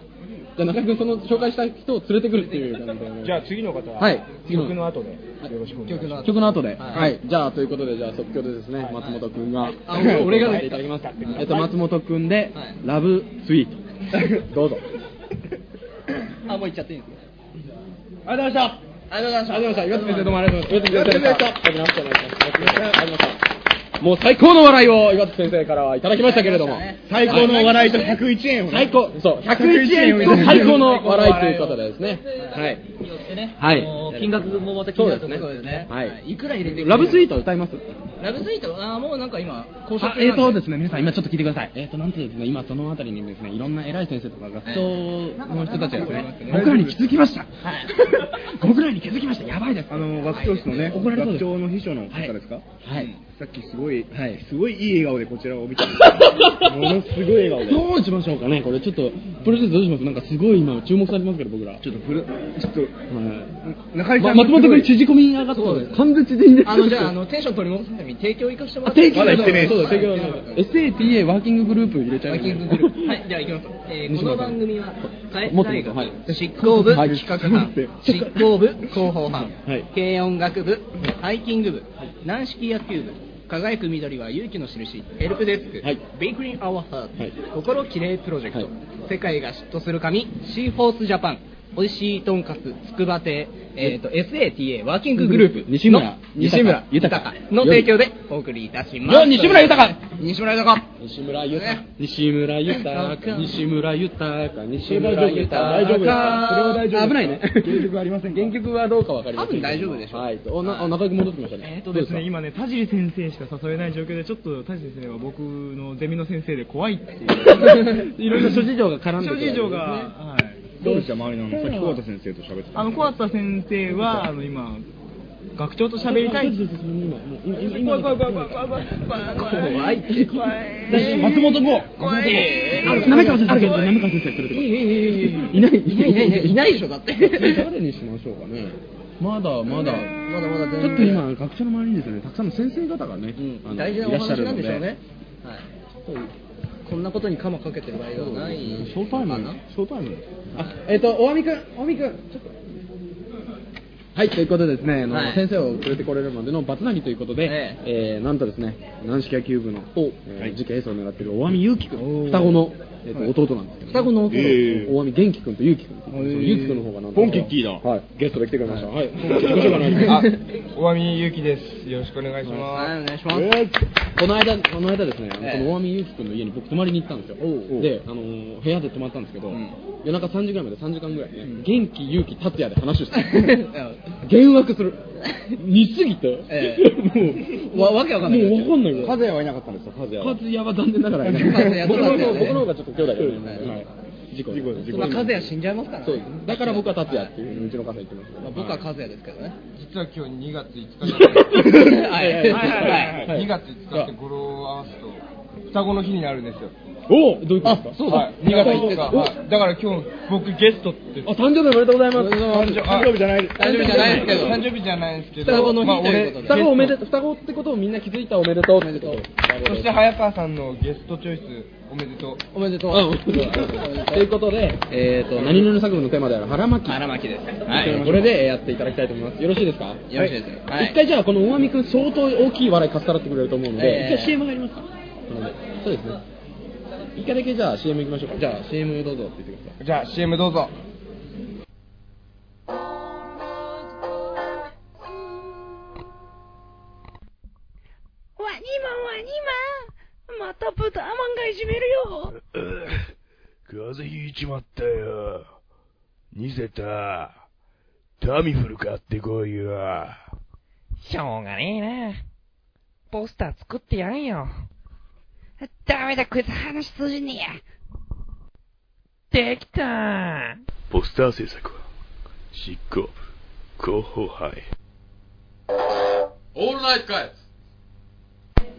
[SPEAKER 2] じゃあ中井君その紹介した人を連れてくるっていう感じで。
[SPEAKER 9] *laughs* じゃあ、次の方は、
[SPEAKER 2] はい
[SPEAKER 9] 曲の後で、よろしくお願いしま
[SPEAKER 2] 曲の後で、
[SPEAKER 3] は
[SPEAKER 2] はいい、じゃあということで、じゃあ即興でですね、松本くんが、
[SPEAKER 3] あ俺俺が
[SPEAKER 2] 歌っていただきます
[SPEAKER 9] はい。
[SPEAKER 2] えっと、松本くんで、
[SPEAKER 3] はい
[SPEAKER 2] ラブスイート。どうぞ。
[SPEAKER 3] あ、もう行っちゃっていいんですね。ありがとうございました。ありがとうございまし
[SPEAKER 2] あ
[SPEAKER 3] た。
[SPEAKER 2] りがとうございました。岩手先生どうもありがとうございます。
[SPEAKER 3] 岩手先生でした
[SPEAKER 2] ありがとうございました。ありがとうございましたもう最高の笑いを岩手先生からはいただきましたけれども、
[SPEAKER 10] 最高の笑いと101円をね
[SPEAKER 2] 最高、そう、101円と *laughs* 最高の笑いということでですね。はい。
[SPEAKER 5] によってね、
[SPEAKER 2] はい
[SPEAKER 5] あの金額もまた気になるとこ
[SPEAKER 2] そ
[SPEAKER 5] ろ
[SPEAKER 2] う
[SPEAKER 5] で
[SPEAKER 2] ですす
[SPEAKER 5] ね
[SPEAKER 2] ね。はい
[SPEAKER 5] いくら入れてくれる
[SPEAKER 2] ラブスイート歌います
[SPEAKER 5] ラブスイートあーもうなんか今、交渉
[SPEAKER 2] あ
[SPEAKER 5] 中
[SPEAKER 2] えーと
[SPEAKER 5] なんで
[SPEAKER 2] ですね、皆さん、今ちょっと聞いてください、えーとなんてですね、今、そのあたりにですねいろんな偉い先生とか学長の人たちがですね、僕らに気づきました、 *laughs* 僕らに気づきました、やばいです、
[SPEAKER 10] あの学長室のね、
[SPEAKER 2] 怒られそう
[SPEAKER 10] 学
[SPEAKER 2] です
[SPEAKER 10] 長の秘書の方ですか、
[SPEAKER 2] はい、
[SPEAKER 10] さっきすごい、
[SPEAKER 2] はい
[SPEAKER 10] すごいいい笑顔でこちらを見てたものすごい笑顔で。
[SPEAKER 2] どうしましょうかね、これ、ちょっと、プロデュースどうしますなんかすごい今、注目されてますけど、僕ら、
[SPEAKER 10] ちょっとふる、ちょっと、
[SPEAKER 2] は
[SPEAKER 10] 中
[SPEAKER 2] い、
[SPEAKER 10] 井さ
[SPEAKER 2] ま
[SPEAKER 10] んが
[SPEAKER 2] 松
[SPEAKER 10] すごい、
[SPEAKER 2] 本君、縮こみ上がってますね完全縮んです
[SPEAKER 3] あの、じゃあ、あの、テンション取り戻すために提供行かしてもらってい
[SPEAKER 2] 定
[SPEAKER 10] ま
[SPEAKER 2] 期
[SPEAKER 3] いですか
[SPEAKER 10] だ行ってねえ
[SPEAKER 2] そうだ、定期 SATA ワーキンググループ入れちゃ
[SPEAKER 3] ワ
[SPEAKER 2] い
[SPEAKER 3] ー
[SPEAKER 2] ます
[SPEAKER 3] キンググループ。はい、じゃあ行きます。えー、この番組は、海
[SPEAKER 2] もっと
[SPEAKER 3] 大学、
[SPEAKER 2] はい
[SPEAKER 3] 執行部、
[SPEAKER 2] はい
[SPEAKER 3] 企画班、執行部、広報班、
[SPEAKER 2] はい
[SPEAKER 3] 軽音楽部、ハイキング部、軟式野球部、輝く緑は勇気の印、ヘルプデスク、
[SPEAKER 2] はい
[SPEAKER 3] ベイクリンアワーハート、
[SPEAKER 2] はい
[SPEAKER 3] 心きれいプロジェクト、
[SPEAKER 2] はい
[SPEAKER 3] 世界が嫉妬する神、シーフォースジャパン、美味しいとんかつ、つくば亭、えっ、と、SATA ワーキンググループの、
[SPEAKER 2] 西村
[SPEAKER 3] 西村
[SPEAKER 2] 豊
[SPEAKER 3] 豊の提供でお送りいたします。
[SPEAKER 2] よ西村豊
[SPEAKER 3] 西村豊
[SPEAKER 2] 西村ゆた
[SPEAKER 3] ね、
[SPEAKER 2] 西村ゆたか、西村ゆたか、西村ゆたか。
[SPEAKER 10] 大丈夫ですかそれは大丈夫ですか
[SPEAKER 2] 危ないね。
[SPEAKER 10] 原曲ありませんか
[SPEAKER 2] 原曲はどうかわかりませんけど。
[SPEAKER 3] 多分大丈夫でしょう
[SPEAKER 2] はい。おな、お中井くん戻ってきましたね。
[SPEAKER 9] えっとですね、
[SPEAKER 2] どう
[SPEAKER 9] 今ね、田尻先生しか誘えない状況で、ちょっと田尻先生は僕のゼミの先生で怖いっていう、 *laughs*
[SPEAKER 2] すか。いろいろ諸事情が絡んで
[SPEAKER 9] 諸
[SPEAKER 2] くる
[SPEAKER 9] 事情が、はい、
[SPEAKER 10] どうでした周りのあのさっき小畑先生と喋ってた
[SPEAKER 9] あの小畑先生は、あの今、学長と喋りたい。怖い怖い怖い怖い怖い怖い怖いって。怖い。
[SPEAKER 10] 松本剛
[SPEAKER 9] 怖い。
[SPEAKER 2] 滑川先生が滑川先生来るとかいないいないいないいないいないでしょだって誰にしましょうかねまだまだ
[SPEAKER 3] まだまだ全
[SPEAKER 2] ちょっと今学者の周りにですねたくさんの先生方がね、あの
[SPEAKER 3] 大事ないお
[SPEAKER 2] らっしゃ
[SPEAKER 3] 話
[SPEAKER 2] る
[SPEAKER 3] なん
[SPEAKER 2] の
[SPEAKER 3] で
[SPEAKER 2] で
[SPEAKER 3] しょうね。はい。こんなことに鎌かけてる場合ではない。
[SPEAKER 2] ショータイムショータイム
[SPEAKER 3] あ
[SPEAKER 2] えっ、と大網君大網君ちょっとはいということでですね、あの
[SPEAKER 3] はい
[SPEAKER 2] 先生を連れてこれるまでのバツナギということで、
[SPEAKER 3] え
[SPEAKER 2] えーなんとですね軟式野球部の、
[SPEAKER 10] は
[SPEAKER 2] え
[SPEAKER 10] い
[SPEAKER 2] ー、次期エースを狙っている大網祐樹
[SPEAKER 9] お
[SPEAKER 2] 君
[SPEAKER 9] ー
[SPEAKER 2] 双子の、えーと弟なんですけど、
[SPEAKER 3] 双子の弟
[SPEAKER 10] えー
[SPEAKER 2] 大網元気君と祐樹君っていう、
[SPEAKER 9] へー
[SPEAKER 2] その祐樹君の方がなんと
[SPEAKER 10] ポンキッキーだ
[SPEAKER 2] はい、ゲストで来てくれましたはい、自己紹介お願いします
[SPEAKER 9] おわみゆきです。よろしくお願いし
[SPEAKER 3] はい、お願いします。
[SPEAKER 2] この間、この間ですね、あの
[SPEAKER 3] ええ
[SPEAKER 2] この大網祐樹君の家に僕泊まりに行ったんですよ。で、あのー部屋で泊まったんですけど、
[SPEAKER 3] ん
[SPEAKER 2] 夜中3時ぐらいまで3時間ぐらいね、元気、勇気、達也で話をして
[SPEAKER 3] *laughs* う
[SPEAKER 2] 幻惑する。似すぎて、
[SPEAKER 3] え
[SPEAKER 2] もう、
[SPEAKER 3] わわけわかんない
[SPEAKER 2] もうわかんないぐらい。
[SPEAKER 4] カズヤはいなかったんですよ、カズヤ
[SPEAKER 2] 和
[SPEAKER 4] は。
[SPEAKER 2] 也は残念ながらいな
[SPEAKER 3] 和也と
[SPEAKER 2] 僕の
[SPEAKER 3] 達也ね
[SPEAKER 2] 僕の方がちょっと今日だけどね、
[SPEAKER 3] うん
[SPEAKER 2] はい事故で
[SPEAKER 3] んまあ、和也死んじゃいますから
[SPEAKER 2] そう
[SPEAKER 3] ね。
[SPEAKER 2] だから僕は達也っていうふうにうちの母さん言ってますけど、
[SPEAKER 3] まあ、僕は和也ですけどね。
[SPEAKER 11] 実は今日2月5日
[SPEAKER 2] *laughs*
[SPEAKER 3] はいはいはい
[SPEAKER 11] 2月5日って語呂を合わすと双子の日になるんですよ。
[SPEAKER 2] おおどういうことですか
[SPEAKER 11] そうだ。2月5日。はいだから今日僕ゲストって
[SPEAKER 2] あ、誕生日おめでとうございます。
[SPEAKER 11] 誕生日じゃないです。
[SPEAKER 3] 誕生日じゃないですけど
[SPEAKER 11] 誕生日じゃないんですけど。
[SPEAKER 3] 双子の日
[SPEAKER 11] まあ
[SPEAKER 3] ということで
[SPEAKER 2] 双子おめでとう双子ってことをみんな気づいたおめでとうおめでとう
[SPEAKER 11] 俺そして早川さんのゲストチョイスおめでとう。
[SPEAKER 3] おめでとう。
[SPEAKER 2] ということで、えー、と何々作文のテーマである腹巻き
[SPEAKER 3] 荒牧です。
[SPEAKER 2] これでえーやっていただきたいと思いますよろしいですかよ
[SPEAKER 3] ろしいですよはい
[SPEAKER 2] 一回じゃあこの大網君相当大きい笑いかっさらってくれると思うので、
[SPEAKER 3] えー
[SPEAKER 2] 一回 CM 入りますかなのでそうですね一回だけじゃあ CM 行きましょうかじゃあ CM どうぞって言ってください
[SPEAKER 11] じゃあ CM どうぞ。
[SPEAKER 12] ワニマン、ワニマンまたブターマンがいじめるよ
[SPEAKER 13] 風邪ひいちまったよ。ニセタ、タミフル買ってこいよ。
[SPEAKER 5] しょうがねえな。ポスター作ってやんよ。ダメだ、こいつ話通じねえや。できた
[SPEAKER 13] ポスター制作は、執行部、広報杯。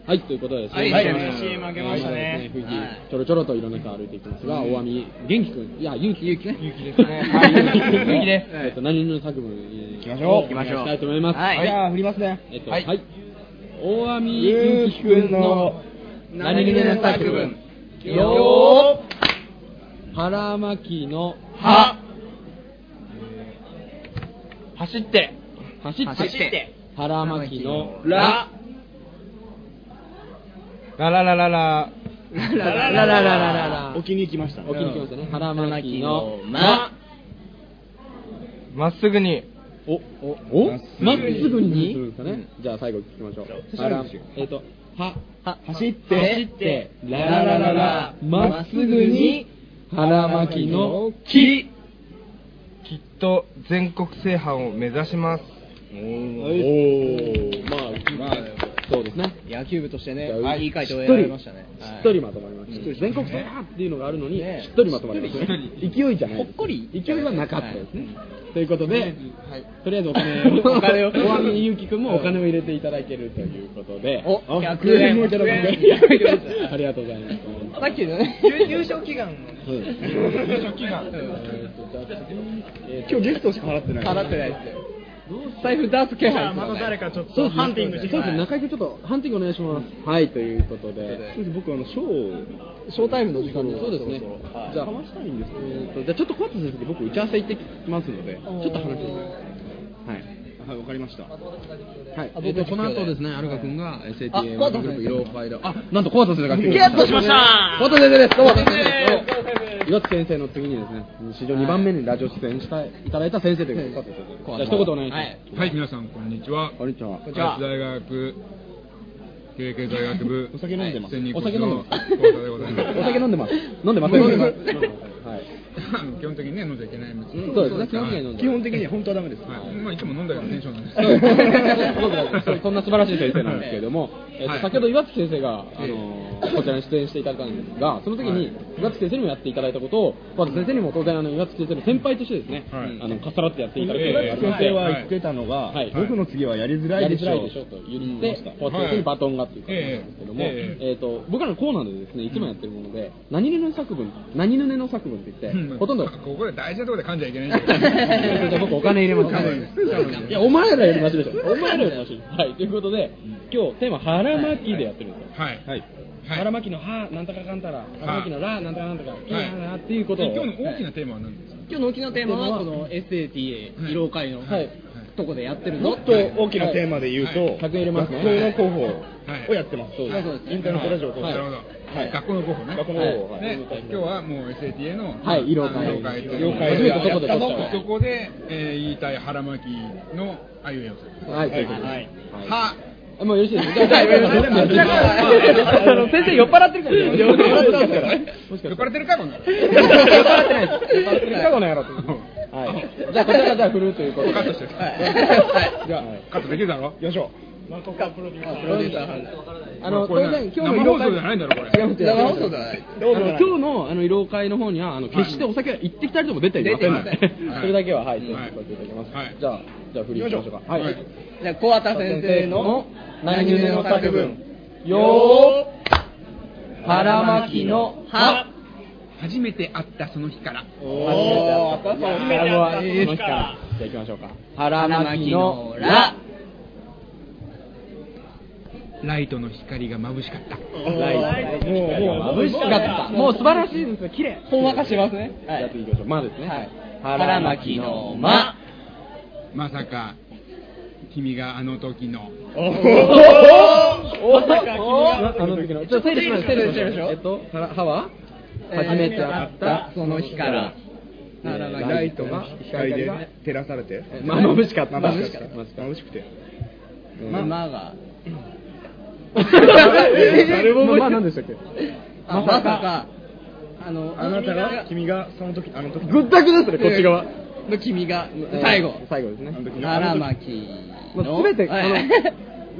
[SPEAKER 2] はいということでですね、
[SPEAKER 3] はい
[SPEAKER 2] え
[SPEAKER 9] CM あげましたね
[SPEAKER 2] えー
[SPEAKER 3] は
[SPEAKER 2] 雰囲
[SPEAKER 3] い
[SPEAKER 2] 気ちょろちょろといろんな人歩いていきますが、大網元気くんいや勇気勇気ね勇気です
[SPEAKER 11] ねはい勇気です
[SPEAKER 2] *laughs* えっと何々作文行きまし
[SPEAKER 3] ょう
[SPEAKER 2] 行きましょうしたいと思います
[SPEAKER 3] はい
[SPEAKER 2] じゃあ振りますねえっとは
[SPEAKER 11] はいい
[SPEAKER 2] 大網ゆうきくんの何々作文よー腹巻きの
[SPEAKER 3] は
[SPEAKER 11] 走って。
[SPEAKER 2] 走って
[SPEAKER 3] 走って
[SPEAKER 2] 腹巻きの
[SPEAKER 3] ら
[SPEAKER 11] ラララララ。
[SPEAKER 3] ララララララララ
[SPEAKER 4] 置きに行きましたね。
[SPEAKER 2] お気に来ましたね腹
[SPEAKER 3] 荒
[SPEAKER 2] 巻き
[SPEAKER 3] 牧
[SPEAKER 2] の
[SPEAKER 3] のま
[SPEAKER 11] まっすぐに。
[SPEAKER 2] おおおまっすぐにするんですかねじゃあ最後聞きましょう腹えっとは
[SPEAKER 4] 走っ
[SPEAKER 2] 走
[SPEAKER 4] て、
[SPEAKER 2] ってラララララまっすぐに腹巻きの
[SPEAKER 11] ききっと全国制覇を目指します。
[SPEAKER 2] おーまあそうですね
[SPEAKER 3] 野球部としてね
[SPEAKER 2] は、い
[SPEAKER 3] いい回答をやられましたね。
[SPEAKER 2] しっとりまとまりました。全国制覇っていうのがあるのに、しっとりまとまりましたね。勢いじゃないです。
[SPEAKER 3] ほっこり
[SPEAKER 2] 勢いはなかったですね。ということで、とりあえずお
[SPEAKER 3] *laughs* お
[SPEAKER 2] 金
[SPEAKER 3] 金
[SPEAKER 2] を、
[SPEAKER 3] を
[SPEAKER 2] おわみゆうきくんもお金を入れていただけるということで、
[SPEAKER 3] お
[SPEAKER 2] あ
[SPEAKER 3] 100円
[SPEAKER 2] 100
[SPEAKER 3] 100円
[SPEAKER 2] ありがとうございます。
[SPEAKER 3] さっきのね、優勝祈願の。
[SPEAKER 2] うん
[SPEAKER 4] 今日ギフトしか払ってない。
[SPEAKER 3] 払ってないですよ。財布出す気配。
[SPEAKER 9] また誰かちょっ
[SPEAKER 2] そうで
[SPEAKER 9] と
[SPEAKER 2] すね
[SPEAKER 9] ハンティングして
[SPEAKER 2] そうですね、中井君ちょっとハンティングお願いします。はい、ということで。
[SPEAKER 4] 僕、あの、賞を
[SPEAKER 2] ショータイムの時間です。そうですね。じゃあ、
[SPEAKER 4] 話したいんですけど、
[SPEAKER 2] えーとじゃあちょっと小松先生に僕打ち合わせ行ってきますので、ちょっと話してください。はい。
[SPEAKER 4] はい、わかりました。
[SPEAKER 2] はい、えー、とこの後ですね、アルカ君が SATA
[SPEAKER 3] あ
[SPEAKER 2] ワークグループ色を変える。あ、なんと小畑先生が来てく
[SPEAKER 3] ゲ
[SPEAKER 2] れま
[SPEAKER 3] ットしました
[SPEAKER 2] 小畑先生です。どうも。岩津先生の次にですね、史上2番目にラジオ出演したいただいた先生ということで、小畑先生。じゃあ一言お願いします。
[SPEAKER 3] はい
[SPEAKER 10] はい、皆さん、こんにちは。
[SPEAKER 2] こんにちは。
[SPEAKER 3] こんにちは
[SPEAKER 10] 愛知大学経営経済学部
[SPEAKER 4] お酒飲んでます
[SPEAKER 10] 千人
[SPEAKER 2] お酒飲んでます *laughs*
[SPEAKER 10] 講座でございま。す
[SPEAKER 2] お酒飲んでます。飲んでません。
[SPEAKER 3] 飲んでます
[SPEAKER 2] はい。
[SPEAKER 14] は *laughs* 基本的にね飲んじゃいけないもの
[SPEAKER 2] うんそうですね基本的には本当はダメです
[SPEAKER 14] はいまあいつも飲んだようなテンションなんです
[SPEAKER 2] そうそうそんな素晴らしい先生なんですけれども、えっ
[SPEAKER 14] はい
[SPEAKER 2] と先ほど岩月先生が、あのこちらに出演していただいたんですが、その時に岩月先生にもやっていただいたことを、まず先生にも当然、あの岩月先生の先輩としてですね、あのかっさらってやっていただく
[SPEAKER 4] 岩崎先生は言ってたのが、
[SPEAKER 2] はい
[SPEAKER 4] 僕の次はやりづら
[SPEAKER 2] や
[SPEAKER 4] い
[SPEAKER 2] り
[SPEAKER 4] でし
[SPEAKER 2] づら
[SPEAKER 4] ょ
[SPEAKER 2] いでしょと言って、こう
[SPEAKER 4] はい
[SPEAKER 2] 先生にバトンがっていう感じなんですけども、
[SPEAKER 4] え
[SPEAKER 2] えーと僕らのコーナーでですねいつもやってるもので、何々の作文、何々の作文って言って、ほとんど
[SPEAKER 14] ここで大事なところで噛んじゃいけないん
[SPEAKER 2] *laughs* いや僕お金入れますいや、お前らよりマシでしょ。お前らよりマシ。はい、ということで、今日テーマ、腹巻きでやってるんですよ。
[SPEAKER 14] はい。
[SPEAKER 2] はい。腹巻きの、は、なんとかかんたら、腹巻きの、ら、なんとかなんとか、いいなっていうことを。
[SPEAKER 14] 今日の大きなテーマは何ですか
[SPEAKER 3] 今日の大きなテーマはこの SATA 慰労会のとこでやってるぞ
[SPEAKER 4] もっと大きなテーマで言うと、
[SPEAKER 2] はい100入れますね
[SPEAKER 4] 学校の広報をやってます。
[SPEAKER 2] そうですはい
[SPEAKER 4] インターネットラジオを通して。
[SPEAKER 14] なるほど
[SPEAKER 4] はい
[SPEAKER 14] 学校の候補ね
[SPEAKER 4] 学校の候補はい
[SPEAKER 14] ね今日はもう SATA の
[SPEAKER 2] はい慰労会
[SPEAKER 14] 慰労会と
[SPEAKER 2] 慰労会をやったぞと
[SPEAKER 14] そこでえー言いたい腹巻きのあゆえを
[SPEAKER 2] はい、ということで。はい。
[SPEAKER 14] は
[SPEAKER 2] もうよろしいですかじゃあじゃああの先生酔っ払ってるから
[SPEAKER 14] 酔っ払ってますから
[SPEAKER 2] 酔
[SPEAKER 14] っ払ってるかこの野郎
[SPEAKER 2] *laughs* 酔っ払ってないです酔っ払ってるかこの野郎はいじゃあこちらがじゃあ振るということで
[SPEAKER 14] カットして
[SPEAKER 2] じゃあ
[SPEAKER 14] カットできるだろよいしょ
[SPEAKER 9] マコカプロデューサー
[SPEAKER 2] あの、
[SPEAKER 14] これ
[SPEAKER 2] 当然、今日の
[SPEAKER 14] 生
[SPEAKER 2] 色
[SPEAKER 14] 放
[SPEAKER 2] 会
[SPEAKER 14] 送じゃないんだろこれ
[SPEAKER 2] 違う違う違う
[SPEAKER 14] 生放送じゃない
[SPEAKER 2] あの今日の、あの、色会の方には、あの、決してお酒は一滴たりとも出ていませんので
[SPEAKER 3] 出ていませんはい
[SPEAKER 2] それだけは、はい、
[SPEAKER 3] は
[SPEAKER 2] ち
[SPEAKER 3] い
[SPEAKER 2] ょっと言っていただきます。じゃあ、じゃあ、振り行きましょうか。
[SPEAKER 3] は
[SPEAKER 2] はいい。
[SPEAKER 3] じゃあ、小畑先生の何々の作文。
[SPEAKER 2] よー
[SPEAKER 3] 腹巻きの
[SPEAKER 2] は
[SPEAKER 14] 初めて会ったその日から
[SPEAKER 2] おー
[SPEAKER 14] 初めて会ったその日から
[SPEAKER 2] もういいですかじゃあ行きましょうか。腹巻きのら。
[SPEAKER 14] ライトの光が眩しかった
[SPEAKER 2] ライトの光が眩しかった。もう素晴らしいですよ、綺麗。
[SPEAKER 3] ほんわかしてますね。はい
[SPEAKER 2] じゃあ次行きましょう。まですね。はい。
[SPEAKER 14] 腹巻きの間まさか君があの時の
[SPEAKER 2] おおあの時の。ちょっと整理しましょう。整理しましょう。えっと、は歯は
[SPEAKER 3] えー
[SPEAKER 2] 初めて会ったその日から。
[SPEAKER 4] えーライトが光で照らされて
[SPEAKER 2] え、ま眩しかった
[SPEAKER 4] 眩しかった
[SPEAKER 2] 眩
[SPEAKER 4] 眩しくて。
[SPEAKER 2] ま
[SPEAKER 4] ま
[SPEAKER 3] 馬が。
[SPEAKER 2] 誰も覚えてないまあ何でしたっけ
[SPEAKER 3] あまさか、あの、
[SPEAKER 4] あなたが、君がその時、あの時の。
[SPEAKER 2] ぐったくですね、こっち側。
[SPEAKER 3] の君が、最後。
[SPEAKER 2] 最後ですね。
[SPEAKER 3] 腹巻き
[SPEAKER 2] まあ
[SPEAKER 3] の。
[SPEAKER 2] 全て、
[SPEAKER 3] はい
[SPEAKER 2] あ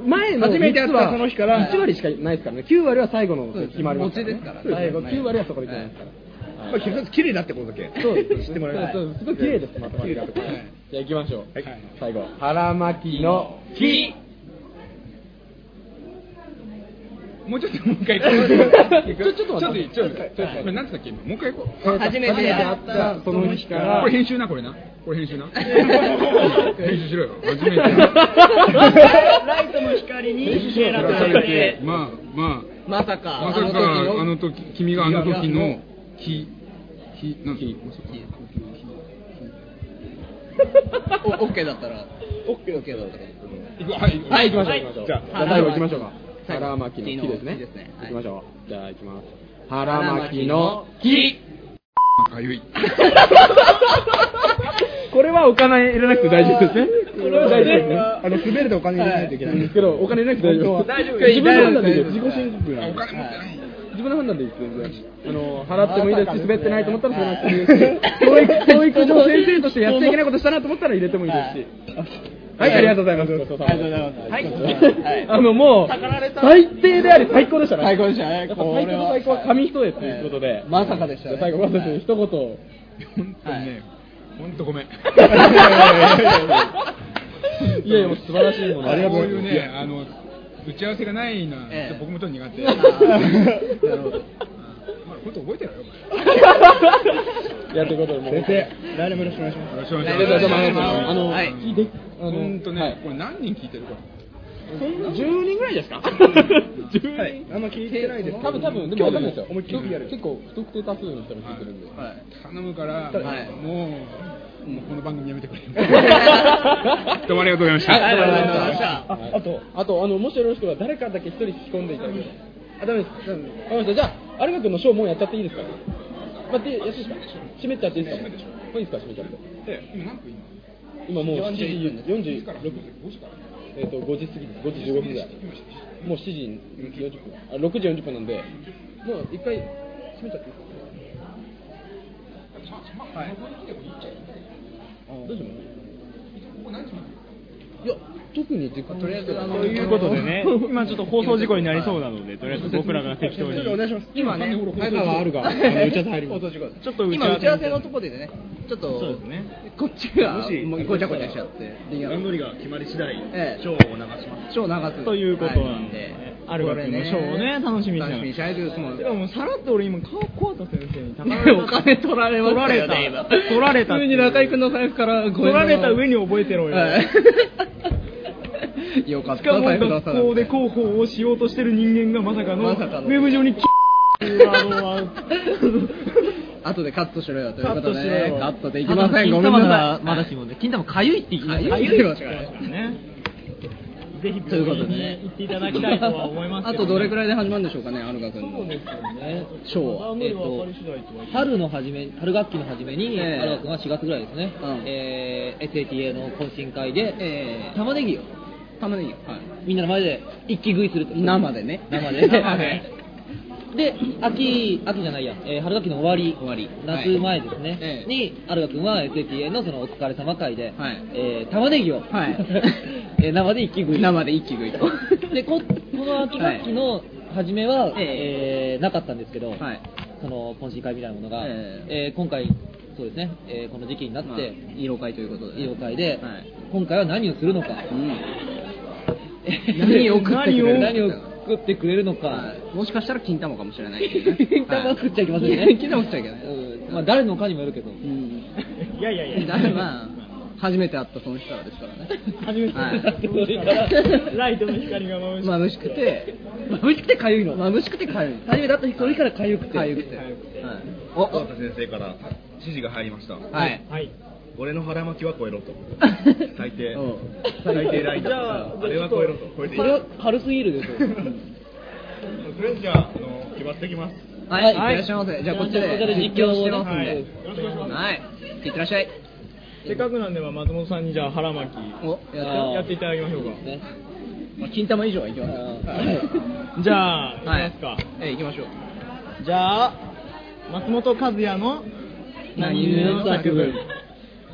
[SPEAKER 2] *laughs* の、前の
[SPEAKER 3] 初めて会った
[SPEAKER 2] 実は
[SPEAKER 3] その日から
[SPEAKER 2] 1割しかないですからね、9割は最後の決まります
[SPEAKER 3] 餅ですから
[SPEAKER 2] そう最後、
[SPEAKER 3] はい
[SPEAKER 2] 9割はそこで決まりますから。
[SPEAKER 4] まあ、君たち綺麗だってことだけ。
[SPEAKER 2] そうです、
[SPEAKER 4] 知ってもらえない。
[SPEAKER 2] そうそうすごい綺麗です、まとまりが。
[SPEAKER 4] 綺麗だと
[SPEAKER 2] じゃあ行きましょう。最後、腹巻きの木。
[SPEAKER 14] もうちょっともう
[SPEAKER 2] *laughs*
[SPEAKER 14] 一回行こう
[SPEAKER 2] ちょちょっと待って
[SPEAKER 14] ちょっとちょっとちょっとこれ何つったっけ今もう一回行こう
[SPEAKER 3] *laughs* 初めて会ったその日から
[SPEAKER 14] これ編集なこれなこれ編
[SPEAKER 2] *laughs*
[SPEAKER 14] 集な編集しろよ初めて会った
[SPEAKER 3] ライトの光に照らされて、
[SPEAKER 14] まあま
[SPEAKER 3] まさ
[SPEAKER 14] あ
[SPEAKER 3] か、
[SPEAKER 14] まさかあの時君があの時の木木なん木
[SPEAKER 3] おオッケーだったら、オッケーオッケーだったら。
[SPEAKER 14] はい
[SPEAKER 3] はい、行きましょう。
[SPEAKER 2] はい
[SPEAKER 3] 行きましょう
[SPEAKER 2] じゃあ、じゃあ最後行きましょうか。腹巻きの木ですね。行きましょう。じゃあ行きます。腹巻きの木。
[SPEAKER 14] かゆい。
[SPEAKER 2] これはお金入れなくて大丈夫ですね。これは大丈夫ですね。
[SPEAKER 4] あの、滑るとお金入れないといけない。
[SPEAKER 2] ですけど、お金入れなくて大丈夫
[SPEAKER 4] 大丈夫
[SPEAKER 2] 自分の判断でいいです。
[SPEAKER 4] 自己申告なんで
[SPEAKER 2] お金持ってない。自分の判断でいいです全然。あの、払ってもいいですし、滑ってないと思ったら滑らなくていい *laughs* ですし、教育、教育上先生としてやっちゃいけないことしたなと思ったら入れてもいいですし。はい、ありがとうございます。ありがとうございます。はい。あの、もう、最低であり最高でしたね。最高でしたね。最高と最高は紙一重ということで。まさかでした最後、まず一言。
[SPEAKER 14] 本当にね本当ごめん
[SPEAKER 2] いやいや、もう素晴らしいもの。
[SPEAKER 14] こういうね、あの打ち合わせがないな、
[SPEAKER 2] ええ
[SPEAKER 14] 僕もちょっと苦手。
[SPEAKER 2] あー *laughs* なるほど
[SPEAKER 14] まあ、本当覚えてないよ。
[SPEAKER 2] いや、ということで、もう。
[SPEAKER 4] 先生、来年もよろしくお願いします。
[SPEAKER 14] よろしくお
[SPEAKER 2] 願いしますあの
[SPEAKER 14] はい
[SPEAKER 2] 聞いてあの
[SPEAKER 14] 本当ね、
[SPEAKER 2] はい
[SPEAKER 14] これ何人聞いてるか。
[SPEAKER 2] 10人ぐらいですか
[SPEAKER 4] はいあんま聞いてないですけど
[SPEAKER 2] 多分多分で
[SPEAKER 4] 今
[SPEAKER 2] も分
[SPEAKER 4] 日
[SPEAKER 2] かんないですよ
[SPEAKER 4] 思いっきりやる
[SPEAKER 2] 結構不特定多数の人が聞いてるんで、
[SPEAKER 14] 頼むから、
[SPEAKER 2] はい
[SPEAKER 14] もう、もうこの番組やめてく
[SPEAKER 15] *laughs*
[SPEAKER 14] れ。
[SPEAKER 2] はい
[SPEAKER 14] どうもありがとうございました。
[SPEAKER 2] はいありがとうござい
[SPEAKER 14] は
[SPEAKER 2] ま
[SPEAKER 14] い
[SPEAKER 2] したあとあとあのもしよろしければ誰かだけ一人引き込んでいただければあダメですダメですわかりましたじゃあ有馬君のショーもうやっちゃっていいですか待ってやっていいですか閉めちゃっていいですかもういいですか閉めちゃって
[SPEAKER 14] で今何分今。
[SPEAKER 2] 今もう7時
[SPEAKER 14] 40から
[SPEAKER 2] 46
[SPEAKER 14] 5時から。
[SPEAKER 2] えっ、と5時過ぎです5時15分ぐらいもう7時40分あ6時40分なんでもう一回閉めちゃっていいですか
[SPEAKER 4] はい。
[SPEAKER 16] どうしますいや、特に時間とりあえず、あの
[SPEAKER 9] ということで
[SPEAKER 16] *laughs*
[SPEAKER 9] ね、今ちょっと放送事故になりそうなので、とりあえず僕らが適当に。
[SPEAKER 2] 今ね、
[SPEAKER 16] 早川あるが、あの打ち合わせ入ります。
[SPEAKER 9] ちょっと
[SPEAKER 2] 今打ち合わせのとこでね、ちょっと、こっちがもうごちゃごちゃしちゃって、
[SPEAKER 4] 段取りが決まり次第、
[SPEAKER 2] ええ
[SPEAKER 4] ショーを流します。
[SPEAKER 2] ショー流す
[SPEAKER 9] ということなんで
[SPEAKER 2] はい
[SPEAKER 9] あるが君のショーをね楽しみにしながら
[SPEAKER 2] 楽しみにしないというもう
[SPEAKER 9] でももうさらっと俺今顔壊った先生に高
[SPEAKER 2] ねお金取られましたよね、
[SPEAKER 9] 取られ
[SPEAKER 2] 今
[SPEAKER 9] た。取られた
[SPEAKER 2] 普通に中居君の財布から5円
[SPEAKER 9] 取られた上に覚えてろよ。
[SPEAKER 2] はい。よかっ、
[SPEAKER 9] したかも
[SPEAKER 2] 財布出さな
[SPEAKER 9] 学校
[SPEAKER 2] く
[SPEAKER 9] で
[SPEAKER 2] て。
[SPEAKER 9] 広報をしようとしてる人間がまさかのウ
[SPEAKER 2] まさかの
[SPEAKER 9] ェブ上にキっていうワードを
[SPEAKER 2] 後でカットしろよということで
[SPEAKER 9] カットしろ
[SPEAKER 2] ね、
[SPEAKER 9] よ
[SPEAKER 2] カットできません、ごめんなさい。
[SPEAKER 3] まだしもね、金玉かゆいって言いました
[SPEAKER 2] かゆいって言いましたから
[SPEAKER 9] ね。
[SPEAKER 3] ぜひ
[SPEAKER 2] ということ
[SPEAKER 3] 病
[SPEAKER 2] で
[SPEAKER 3] 院
[SPEAKER 2] ね
[SPEAKER 3] に行っていただきたいとは思います
[SPEAKER 2] あ
[SPEAKER 3] け
[SPEAKER 2] と
[SPEAKER 3] ど
[SPEAKER 2] どれくらいで始まるんでしょうかね、アルガ君の。そうです
[SPEAKER 3] ね
[SPEAKER 2] ショーは。
[SPEAKER 3] えっと春の初め、春学期の初めに、
[SPEAKER 2] ええ
[SPEAKER 3] アルガ君は4月ぐらいですね、えー SATA の懇親会で、玉ねぎを
[SPEAKER 2] 玉ねぎ。はい。
[SPEAKER 3] みんなの前で一気食いすると
[SPEAKER 2] 生でね。
[SPEAKER 3] 生で
[SPEAKER 2] 生で。
[SPEAKER 3] で秋秋じゃないや、えー春学期の終わり
[SPEAKER 2] 終わり
[SPEAKER 3] 夏前ですね、
[SPEAKER 2] ええ
[SPEAKER 3] にアルガ君は SATA のそのお疲れ様会で、
[SPEAKER 2] はい
[SPEAKER 3] えー玉ねぎを、
[SPEAKER 2] はい
[SPEAKER 3] *laughs* えー生で一気食い
[SPEAKER 2] 生で一気食いと。
[SPEAKER 3] でここの秋学期の初めは、えーなかったんですけど、
[SPEAKER 2] はい
[SPEAKER 3] その懇親会みたいなものが、
[SPEAKER 2] え
[SPEAKER 3] えー今回そうですね、えーこの時期になって、
[SPEAKER 2] まあ色会ということでね。
[SPEAKER 3] 医療会で、
[SPEAKER 2] はい
[SPEAKER 3] 今回は何をするのか、
[SPEAKER 2] 何を食ってくれる
[SPEAKER 3] 何を食ってくれるのか、
[SPEAKER 2] もしかしたら金玉かもしれない
[SPEAKER 3] 金玉食っちゃいけませんね
[SPEAKER 2] *laughs* 金玉食っちゃいけない。
[SPEAKER 3] うんまあ、誰のかにもよるけど、
[SPEAKER 9] いやいやい
[SPEAKER 2] だ
[SPEAKER 9] や。
[SPEAKER 2] からまあ、初めて会ったその人からですからね。
[SPEAKER 9] 初めて
[SPEAKER 2] はい
[SPEAKER 9] ライトの光が眩しい
[SPEAKER 2] 眩しくて、
[SPEAKER 3] 眩しくてかゆいの、
[SPEAKER 2] 眩しくてかゆい。
[SPEAKER 3] 初めだった人よりからかゆくて、
[SPEAKER 2] かゆくて。はい。
[SPEAKER 15] おお先生から指示が入りました。
[SPEAKER 2] はい。
[SPEAKER 9] はい。
[SPEAKER 15] 俺の腹巻きは超えろと。 *laughs* 最低。最低ライン。
[SPEAKER 3] じゃあ
[SPEAKER 15] あれは超えろと。超えていい
[SPEAKER 3] これは軽すぎるでしょ。
[SPEAKER 15] とりあえずじゃあ、あの、決まってきます。
[SPEAKER 2] はい、いってらっしゃいませ。じゃあこっちで実況してますん
[SPEAKER 9] はい
[SPEAKER 2] で。はい。いってらっしゃい。
[SPEAKER 9] せっかくなんでまあ松本さんにじゃあ腹巻き
[SPEAKER 2] お、やっ
[SPEAKER 9] やっていただきましょうか。
[SPEAKER 3] ね、
[SPEAKER 2] まあ金玉以上はいきますよ
[SPEAKER 9] はいじゃあ、行きますか。
[SPEAKER 2] え、行きましょう。
[SPEAKER 9] じゃあ、松本和也の
[SPEAKER 2] 何故の作文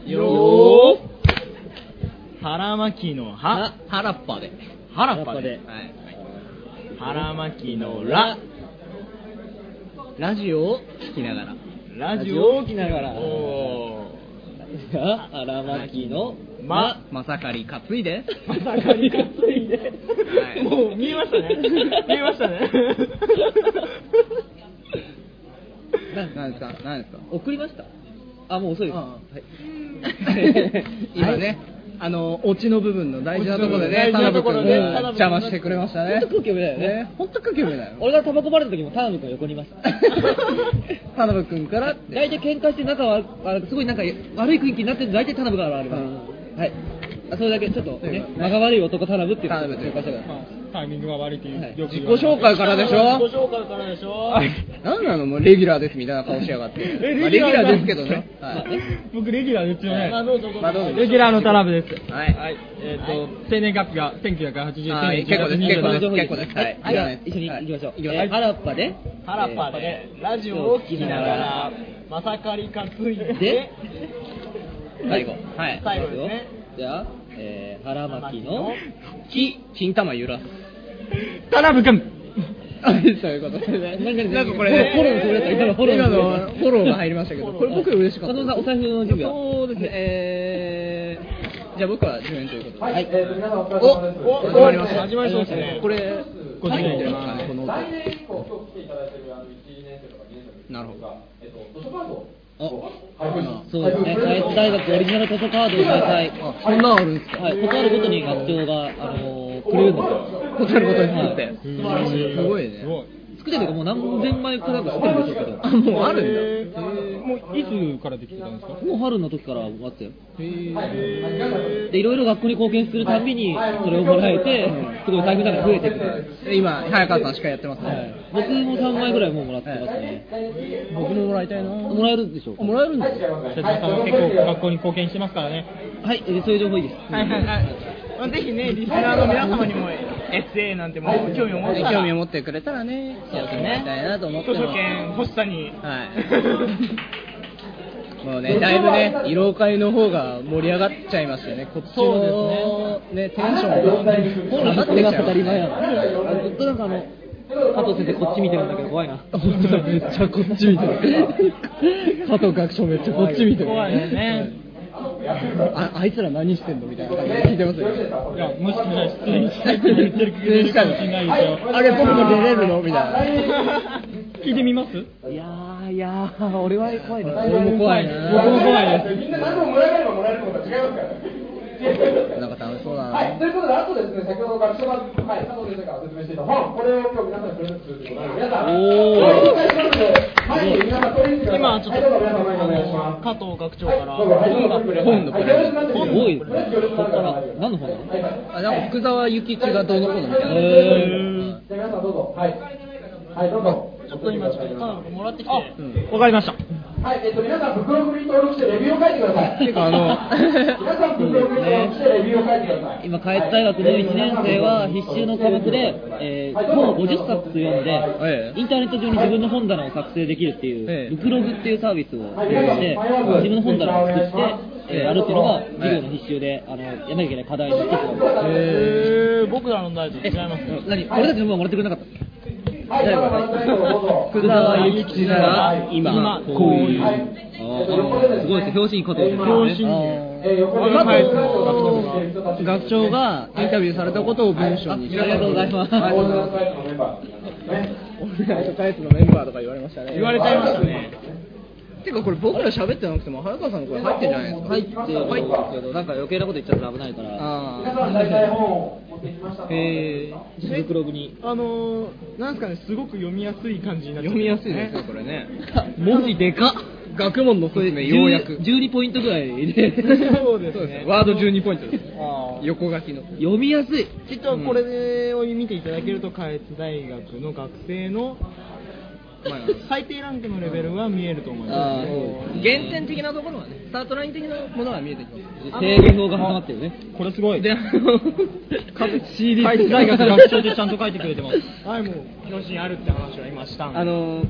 [SPEAKER 9] よー腹巻きの
[SPEAKER 2] は
[SPEAKER 9] は、、
[SPEAKER 2] 腹っぱで。
[SPEAKER 9] 腹っぱで、
[SPEAKER 2] はい。
[SPEAKER 9] 腹巻きのら、
[SPEAKER 2] ラジオを聞きながら。
[SPEAKER 9] ラジオ
[SPEAKER 3] 大きながら、
[SPEAKER 9] お
[SPEAKER 3] 荒巻の、
[SPEAKER 9] ま、
[SPEAKER 2] まさかり担いで。
[SPEAKER 3] まさかに担いで、
[SPEAKER 2] はい
[SPEAKER 9] もう見えましたね。見えましたね。
[SPEAKER 2] 何ですか何ですか
[SPEAKER 3] *laughs* 送りましたあ、もう遅いです。
[SPEAKER 2] あ
[SPEAKER 3] はい
[SPEAKER 2] 今ね、あの、オチの部分の大事なところでね、
[SPEAKER 3] 大事なところで
[SPEAKER 2] 田辺君が邪魔してくれましたね。
[SPEAKER 3] 本当空気読めないよね。
[SPEAKER 2] 本当空気読めないよ。
[SPEAKER 3] 俺がタバコバレた時も田辺君が横にいました。
[SPEAKER 2] *laughs* 田辺君から、
[SPEAKER 3] 大体喧嘩して仲はあすごいなんか悪い雰囲気になってる大体田辺が現れます。はい。あそれだけちょっと
[SPEAKER 2] という
[SPEAKER 3] ね
[SPEAKER 2] ことで、
[SPEAKER 3] 間が悪い男田辺っていうことで
[SPEAKER 2] 田辺
[SPEAKER 3] 紹
[SPEAKER 2] とい
[SPEAKER 3] 介
[SPEAKER 2] う
[SPEAKER 3] してください。
[SPEAKER 9] タイミングが悪いっていう、
[SPEAKER 3] はい
[SPEAKER 9] よく
[SPEAKER 2] 自己
[SPEAKER 9] 言われる
[SPEAKER 2] 紹介からでしょ
[SPEAKER 3] 紹介からでしょ
[SPEAKER 2] なんなのもうレギュラーですみたいな顔しやが
[SPEAKER 3] *laughs*
[SPEAKER 2] って。
[SPEAKER 9] え
[SPEAKER 2] まあレギ
[SPEAKER 9] レギ
[SPEAKER 2] ュ
[SPEAKER 9] ュ
[SPEAKER 2] ラ
[SPEAKER 9] ラー
[SPEAKER 2] ーですけどね。はい
[SPEAKER 9] 僕レギュラーですよね。
[SPEAKER 2] まあどうぞ
[SPEAKER 9] レギュラーの田辺です。
[SPEAKER 2] はい
[SPEAKER 9] はい。えっ、と、生年月日が1980
[SPEAKER 2] はい
[SPEAKER 9] 年
[SPEAKER 2] 結構です結構です
[SPEAKER 9] 27
[SPEAKER 2] 結構ですはい
[SPEAKER 3] じゃあ一緒に行きましょう。えー原っぱで、
[SPEAKER 9] 原っぱで、ラジオを聞きながら、まさかり担いで
[SPEAKER 3] で、
[SPEAKER 2] 最後。はい。
[SPEAKER 9] 最後ですね。
[SPEAKER 3] じゃあ、えー、腹巻きの、
[SPEAKER 2] き、金玉揺らす。
[SPEAKER 9] 田辺君
[SPEAKER 2] はい、そういうことでね。なんかこれね、
[SPEAKER 3] フォローのつもりだった今のフォロー
[SPEAKER 2] 今
[SPEAKER 3] のつもりだ
[SPEAKER 2] のフォローが入りましたけど、これ僕より嬉しかった
[SPEAKER 3] 松
[SPEAKER 2] です。
[SPEAKER 3] 本さん、お財布の準備は
[SPEAKER 2] そうですね、えー、じゃあ僕は10円ということで。はい。
[SPEAKER 9] お
[SPEAKER 2] お、始まりました。
[SPEAKER 9] 始まりそうですね
[SPEAKER 2] これ、
[SPEAKER 9] ご注意ください
[SPEAKER 2] はいこの音。なるほど。あ、
[SPEAKER 3] そうですね、海津大学オリジナル図書カードを毎回、
[SPEAKER 2] あ、そんなのあるんですか
[SPEAKER 3] はい、断るごとに学長が、あのー、くれるんですよ。
[SPEAKER 2] 答えることによって。
[SPEAKER 3] はい
[SPEAKER 2] すごいね。
[SPEAKER 3] 作ってるともう何千枚かなんか作ってるんでしょうけど。
[SPEAKER 2] あ、もうあるんだ。
[SPEAKER 9] もういつからできてたんですか
[SPEAKER 3] もう春の時から終わってよ。で、いろいろ学校に貢献するたびに、それをもらえて、すごい財布の中に増えてくる。
[SPEAKER 2] で今、早川さんしかやってます
[SPEAKER 3] は
[SPEAKER 2] ね
[SPEAKER 3] い。僕も3枚ぐらいもうもらってますね。
[SPEAKER 2] 僕ももらいたいな。
[SPEAKER 3] もらえるでしょうか
[SPEAKER 2] もらえるんですか
[SPEAKER 9] 瀬戸さんは結構学校に貢献してますからね。
[SPEAKER 3] はい、えーそういう情報いいです。
[SPEAKER 9] はいはいはい。ぜひね、リスナーの皆様にも SA なんてもう興味を持ったら、
[SPEAKER 2] 興味を持ってくれたらね、やってもらいたいなと思って
[SPEAKER 9] 図
[SPEAKER 2] ます。
[SPEAKER 9] 書券欲しさに、
[SPEAKER 2] はい。
[SPEAKER 3] *laughs*
[SPEAKER 2] もうね、だいぶね、色会の方が盛り上がっちゃいましたよね、こっちのね、テンションが
[SPEAKER 3] 本来
[SPEAKER 2] 上がって
[SPEAKER 3] これ
[SPEAKER 2] きちゃ
[SPEAKER 3] が
[SPEAKER 2] いま
[SPEAKER 3] 当たり前や
[SPEAKER 2] し
[SPEAKER 3] なずっとなんかあの加藤先生こっち見てるんだけど怖いなめっちゃこっち見てる加藤学長めっちゃこっち見てる
[SPEAKER 17] 怖いよね
[SPEAKER 4] ああいつら何してんのみたいな感じで聞いてますよ
[SPEAKER 17] いや、もしかしたら出
[SPEAKER 2] *laughs*
[SPEAKER 17] 演したいって言ってる出演したいかもしれないですよ。
[SPEAKER 4] あれ僕も出れるのみたいな
[SPEAKER 17] 聞いてみます
[SPEAKER 3] いやーいやー俺は怖いな
[SPEAKER 17] 俺も怖いな僕も怖いですみんな何でももらえればもらえるのが違いますから
[SPEAKER 4] なんか楽しそうだな
[SPEAKER 17] はい、ということで、あとですね、先ほど学習版、はい、佐藤先生から説明していた本、これを今日皆さんにプレゼントするということで、皆さ
[SPEAKER 3] お
[SPEAKER 17] ん、
[SPEAKER 3] ー
[SPEAKER 17] ご紹介しますので、前に皆さん取りに来てください。
[SPEAKER 3] 今ちょっと
[SPEAKER 17] はい、どうぞ皆さん前にお願いします。
[SPEAKER 3] 加藤学長から
[SPEAKER 17] どうぞはいどうぞ
[SPEAKER 3] 本のプレゼント
[SPEAKER 17] はい
[SPEAKER 3] すごい
[SPEAKER 17] よろしくお願いします
[SPEAKER 3] から何の本なの
[SPEAKER 2] あなんか福沢諭吉がどうのこうのみたいな。
[SPEAKER 17] じゃあ皆さんどうぞ。はい。はい、どうぞ。ちょっと今、ちょっともらってきて。
[SPEAKER 2] わかりました。
[SPEAKER 17] はい、えっと、皆さん、袋組に登録してレビューを書いてくださ
[SPEAKER 3] *laughs*
[SPEAKER 17] い。
[SPEAKER 3] あの
[SPEAKER 17] 皆さん、袋組に登録してレビューを書いてください。
[SPEAKER 3] 今、開発大学の1年生は必修の科目で、えー本を50冊読んで、インターネット上に自分の本棚を作成できるっていう、ブクログっていうサービスを利用して、自分の本棚を作って、えーやるっていうのが、授業の必修で、あの、やらなきゃいけない課題の一つなんです。
[SPEAKER 17] え
[SPEAKER 3] ー、僕らの大臣違います何俺たちの分はもらってくれなかった
[SPEAKER 17] はい、じゃあ、
[SPEAKER 3] 福沢諭吉なら、今、こういう。あーすごいです、表紙に加藤先生。
[SPEAKER 17] 表紙えー、横に
[SPEAKER 3] あ加藤
[SPEAKER 2] 学長がインタビューされたことを文章にして
[SPEAKER 3] あありがとうございます
[SPEAKER 2] はい
[SPEAKER 3] オールナイト
[SPEAKER 2] オールナイトタイプのメンバーとか言われましたね
[SPEAKER 3] 言われちゃいました
[SPEAKER 2] ねてかこれ僕ら喋ってなくても早川さんの声入ってんじゃないですか
[SPEAKER 3] 入ってる
[SPEAKER 2] 入ってます
[SPEAKER 3] けど、なんか余計なこと言っちゃったら危ないから。
[SPEAKER 17] 皆さん、大体本を持ってきました。
[SPEAKER 3] えー、鈴黒に。
[SPEAKER 9] あのー、なんですかね、すごく読みやすい感じになっちゃって
[SPEAKER 2] 読
[SPEAKER 9] ます
[SPEAKER 2] みやすいですねこれね
[SPEAKER 3] 文字でかっ
[SPEAKER 2] 学問の説明ようやく
[SPEAKER 3] 12ポイントぐらい *laughs* で
[SPEAKER 2] そうですねワード12ポイントです横書きの
[SPEAKER 3] 読みやすい
[SPEAKER 9] きっとこれを見ていただけると、下越大学の学生の最低ランクのレベルは見えると思います。
[SPEAKER 2] 原点的なところはねスタートライン的なものは見えてきます
[SPEAKER 3] 制限法が始まってるね。
[SPEAKER 2] これすごい
[SPEAKER 3] *laughs*
[SPEAKER 2] であの
[SPEAKER 17] CD
[SPEAKER 2] はい
[SPEAKER 17] 大学学長でちゃんと書いてくれてます
[SPEAKER 9] はい、もう、表紙あるって話は今したんで。
[SPEAKER 2] あの